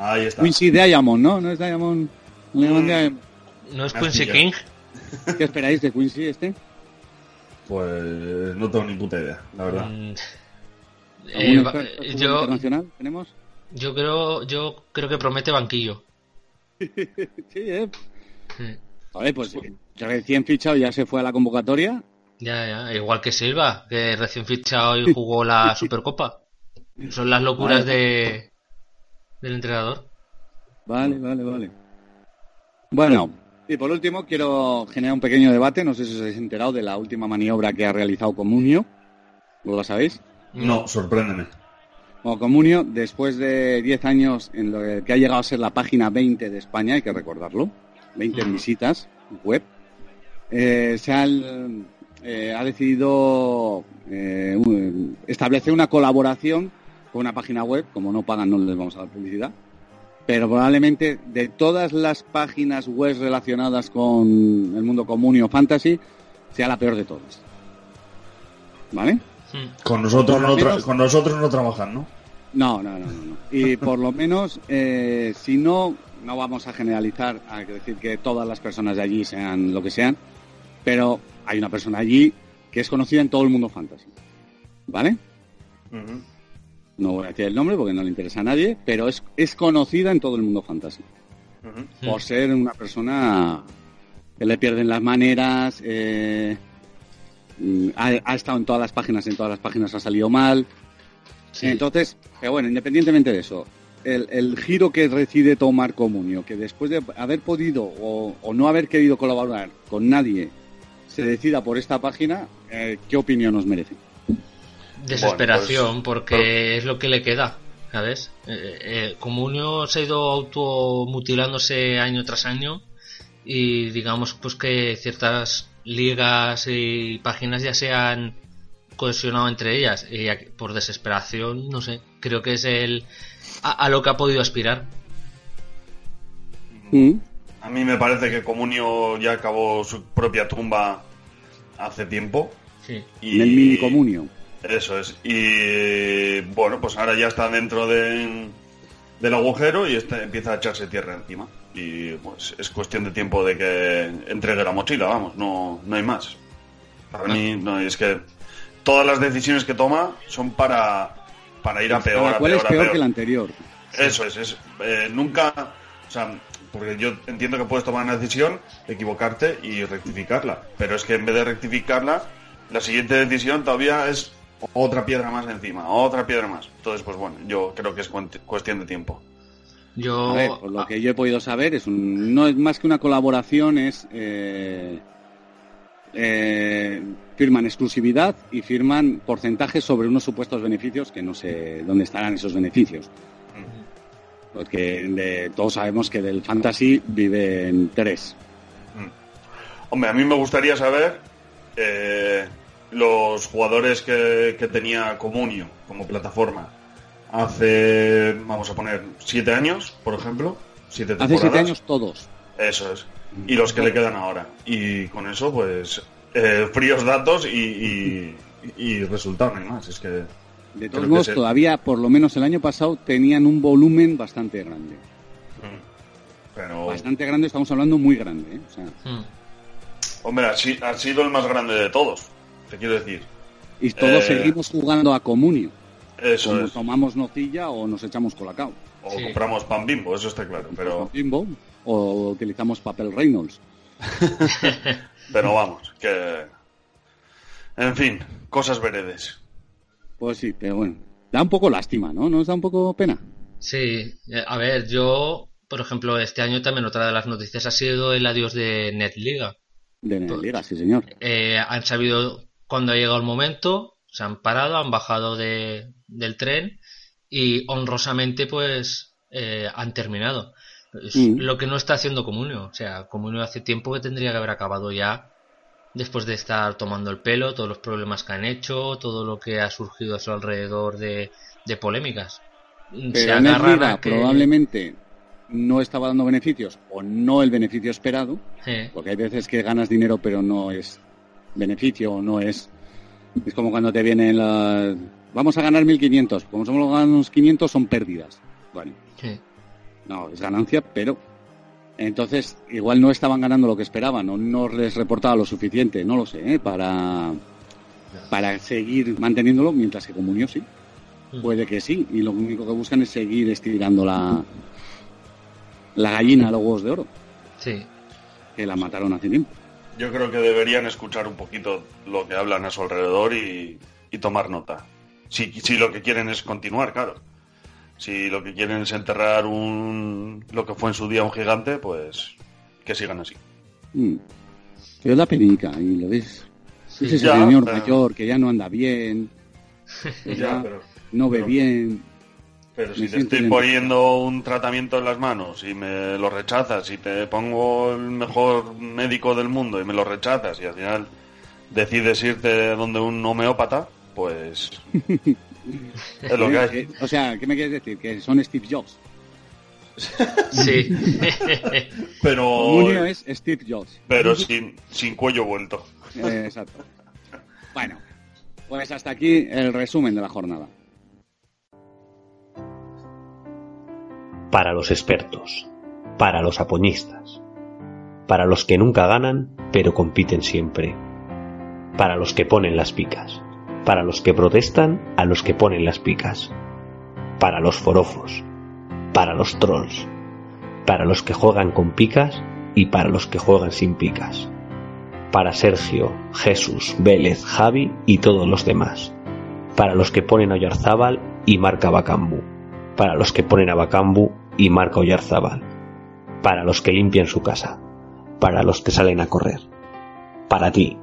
Speaker 7: Ahí está.
Speaker 5: Quincy Diamond, ¿no? ¿No es Diamond? ¿Le llaman
Speaker 7: Mm.
Speaker 5: Diamond?
Speaker 6: ¿No es
Speaker 7: Me has
Speaker 6: Quincy
Speaker 7: pillado.
Speaker 6: King? Mm.
Speaker 5: ¿Qué esperáis de Quincy este?
Speaker 7: Pues no tengo ni puta idea, la verdad.
Speaker 6: Mm, eh,
Speaker 5: ¿Algún
Speaker 6: va-
Speaker 5: experto de fútbol
Speaker 6: yo,
Speaker 5: internacional tenemos?
Speaker 6: yo creo yo creo que promete banquillo.
Speaker 5: Sí, eh.
Speaker 6: Mm,
Speaker 5: Joder, pues eh, recién fichado ya se fue a la convocatoria.
Speaker 6: Ya, ya, igual que Silva, que recién fichado y jugó la Supercopa. Son las locuras de del entrenador.
Speaker 5: Vale, vale, vale. Bueno, y por último quiero generar un pequeño debate. No sé si os habéis enterado de la última maniobra que ha realizado Comunio. ¿No lo sabéis?
Speaker 7: No, sorpréndeme.
Speaker 5: Bueno, Comunio, después de 10 años en lo que ha llegado a ser la página 20 de España, hay que recordarlo, 20 visitas web, eh, se han, eh, ha decidido eh, un- establecer una colaboración con una página web, como no pagan no les vamos a dar publicidad, pero probablemente de todas las páginas web relacionadas con el mundo Comunio Fantasy, sea la peor de todas. ¿Vale?
Speaker 6: Mm,
Speaker 7: Con nosotros,
Speaker 5: Por lo
Speaker 7: no, tra-
Speaker 5: menos-
Speaker 7: con nosotros no trabajan, ¿no?
Speaker 5: No, no, no, no. no. Y por lo menos, eh, si no, no vamos a generalizar, a decir que todas las personas de allí sean lo que sean, pero hay una persona allí que es conocida en todo el mundo fantasy. ¿Vale? No voy a decir el nombre porque no le interesa a nadie, pero es, es conocida en todo el mundo fantasy.
Speaker 6: mm.
Speaker 5: Por ser una persona que le pierden las maneras, eh, mm, ha, ha estado en todas las páginas, en todas las páginas ha salido mal,
Speaker 6: Sí.
Speaker 5: entonces, pero bueno, independientemente de eso, el, el giro que decide tomar Comunio, que después de haber podido o, o no haber querido colaborar con nadie, se decida por esta página, eh, ¿qué opinión nos merece? pues,
Speaker 6: Desesperación, porque es lo que le queda, ¿sabes? Eh, eh, Comunio se ha ido automutilándose año tras año y digamos pues que ciertas ligas y páginas ya se han cohesionado entre ellas y aquí- por desesperación, no sé, creo que es el a, a lo que ha podido aspirar.
Speaker 5: ¿Mm?
Speaker 7: A mí me parece que Comunio ya acabó su propia tumba hace tiempo.
Speaker 6: Sí.
Speaker 7: Y...
Speaker 5: En el mini Comunio.
Speaker 7: Eso es. Y bueno, pues ahora ya está dentro de- del agujero y está- empieza a echarse tierra encima. Y pues es cuestión de tiempo de que entregue la mochila, vamos, no, no hay más. Para mí, no, es que todas las decisiones que toma son para, para ir a peor,
Speaker 5: Pues, Cada
Speaker 7: a
Speaker 5: cual
Speaker 7: peor,
Speaker 5: es
Speaker 7: a
Speaker 5: peor
Speaker 7: peor.
Speaker 5: que la anterior.
Speaker 7: Eso es, es eh, nunca, o sea, porque yo entiendo que puedes tomar una decisión, equivocarte y rectificarla, pero es que en vez de rectificarla, la siguiente decisión todavía es otra piedra más encima, otra piedra más. Entonces, pues bueno, yo creo que es cuent- cuestión de tiempo.
Speaker 6: Yo.
Speaker 5: A ver, por lo que yo he podido saber, es un- no es más que una colaboración, es eh, eh, firman exclusividad y firman porcentajes sobre unos supuestos beneficios que no sé dónde estarán esos beneficios. Porque de- todos sabemos que del fantasy viven tres.
Speaker 7: Hombre, a mí me gustaría saber eh, los jugadores que, que tenía Comunio como plataforma hace, vamos a poner, siete años, por ejemplo. Siete
Speaker 5: Hace
Speaker 7: temporadas.
Speaker 5: siete años todos.
Speaker 7: Eso es. Y los que le quedan ahora. Y con eso, pues, eh, fríos datos y, y, y resultado, no hay más. Es que...
Speaker 5: De
Speaker 7: Creo
Speaker 5: todos
Speaker 7: que
Speaker 5: modos,
Speaker 7: se-
Speaker 5: todavía, por lo menos el año pasado, tenían un volumen bastante grande.
Speaker 7: Pero...
Speaker 5: Bastante grande, estamos hablando muy grande. ¿eh? O sea,
Speaker 6: Mm.
Speaker 7: Hombre, ha, si- ha sido el más grande de todos, te quiero decir.
Speaker 5: y todos
Speaker 7: Eh,
Speaker 5: seguimos jugando a comunio.
Speaker 7: Eso
Speaker 5: como
Speaker 7: es.
Speaker 5: tomamos nocilla o nos echamos colacao.
Speaker 7: O
Speaker 6: Sí.
Speaker 7: compramos pan bimbo, eso está claro. Pero,
Speaker 5: Bimbo, o utilizamos papel Reynolds.
Speaker 7: pero vamos, que... En fin, cosas veredes.
Speaker 5: Pues sí, pero bueno. Da un poco lástima, ¿no? Nos da un poco pena.
Speaker 6: Sí, eh, a ver, yo, por ejemplo, este año también otra de las noticias ha sido el adiós de NetLiga.
Speaker 5: De la
Speaker 6: Pues-
Speaker 5: liga, sí señor.
Speaker 6: Eh, han sabido cuando ha llegado el momento, se han parado, han bajado de, del tren y honrosamente pues eh, han terminado. Es
Speaker 5: Mm.
Speaker 6: Lo que no está haciendo Comunio, o sea, Comunio hace tiempo que tendría que haber acabado ya después de estar tomando el pelo, todos los problemas que han hecho, todo lo que ha surgido a su alrededor de, de polémicas. Se
Speaker 5: Pero
Speaker 6: agarran
Speaker 5: Netliga
Speaker 6: a que-
Speaker 5: probablemente no estaba dando beneficios o no el beneficio esperado,
Speaker 6: Eh.
Speaker 5: porque hay veces que ganas dinero pero no es beneficio o no es... Es como cuando te vienen las... Vamos a ganar 1.500. Como somos los ganos 500 son pérdidas. Bueno,
Speaker 6: Sí.
Speaker 5: No, es ganancia, pero entonces igual no estaban ganando lo que esperaban o no les reportaba lo suficiente, no lo sé, ¿eh? para para seguir manteniéndolo mientras que Comunio sí. Puede que sí, y lo único que buscan es seguir estirando la la gallina a los huevos de oro,
Speaker 6: Sí.
Speaker 5: que la mataron hace tiempo.
Speaker 7: Yo creo que deberían escuchar un poquito lo que hablan a su alrededor y, y tomar nota. Si, si lo que quieren es continuar, claro. Si lo que quieren es enterrar un lo que fue en su día un gigante, pues que sigan así.
Speaker 5: Mm. Pero la penica, y lo ves. Ese
Speaker 7: Ya,
Speaker 5: señor
Speaker 7: pero-
Speaker 5: mayor que ya no anda bien, que ya no ve
Speaker 7: pero-
Speaker 5: bien.
Speaker 7: Pero si
Speaker 5: Me
Speaker 7: te
Speaker 5: siento
Speaker 7: estoy
Speaker 5: identificado.
Speaker 7: poniendo un tratamiento en las manos y me lo rechazas, y te pongo el mejor médico del mundo y me lo rechazas, y al final decides irte donde un homeópata, pues. es lo que hay.
Speaker 5: Eh, O sea, ¿qué me quieres decir? Que son Steve Jobs.
Speaker 6: Sí.
Speaker 7: Pero.
Speaker 5: Comunio es Steve Jobs.
Speaker 7: Pero sin, sin cuello vuelto.
Speaker 5: Eh, Exacto. Bueno, pues hasta aquí el resumen de la jornada.
Speaker 1: para los expertos, para los apoñistas, para los que nunca ganan pero compiten siempre, para los que ponen las picas, para los que protestan a los que ponen las picas, para los forofos, para los trolls, para los que juegan con picas y para los que juegan sin picas, para Sergio, Jesús, Vélez, Javi y todos los demás, para los que ponen a Oyarzábal y marca Bacambú para los que ponen a Bacambu y marca Oyarzábal, para los que limpian su casa, para los que salen a correr, para ti,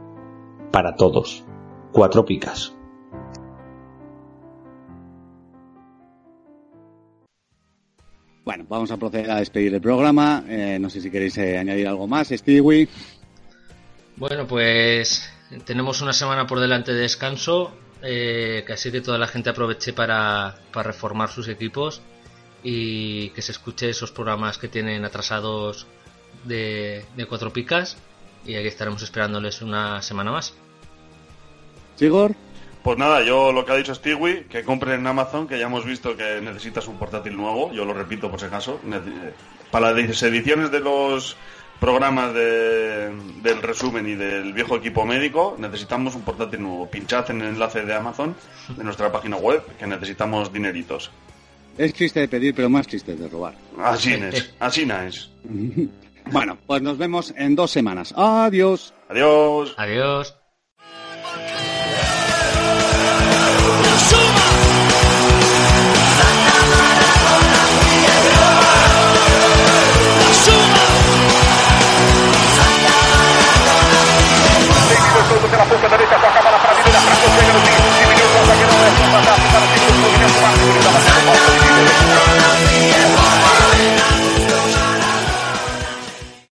Speaker 1: para todos, cuatro picas.
Speaker 5: Bueno, vamos a proceder a despedir el programa. Eh, no sé si queréis eh, añadir algo más, Stewie.
Speaker 6: Bueno, pues tenemos una semana por delante de descanso, eh, que así que toda la gente aproveche para, para reformar sus equipos y que se escuche esos programas que tienen atrasados de, de cuatro picas y aquí estaremos esperándoles una semana más.
Speaker 5: Sigor,
Speaker 7: Pues nada, yo lo que ha dicho Stewie, que compren en Amazon, que ya hemos visto que necesitas un portátil nuevo, yo lo repito por si acaso. nece- Para las ediciones de los programas de- del resumen y del viejo equipo médico, necesitamos un portátil nuevo. Pinchad en el enlace de Amazon, de nuestra página web, que necesitamos dineritos.
Speaker 5: es triste de pedir, pero más triste de robar.
Speaker 7: Así es, así es.
Speaker 5: Bueno, pues nos vemos en dos semanas. Adiós.
Speaker 7: Adiós.
Speaker 6: Adiós.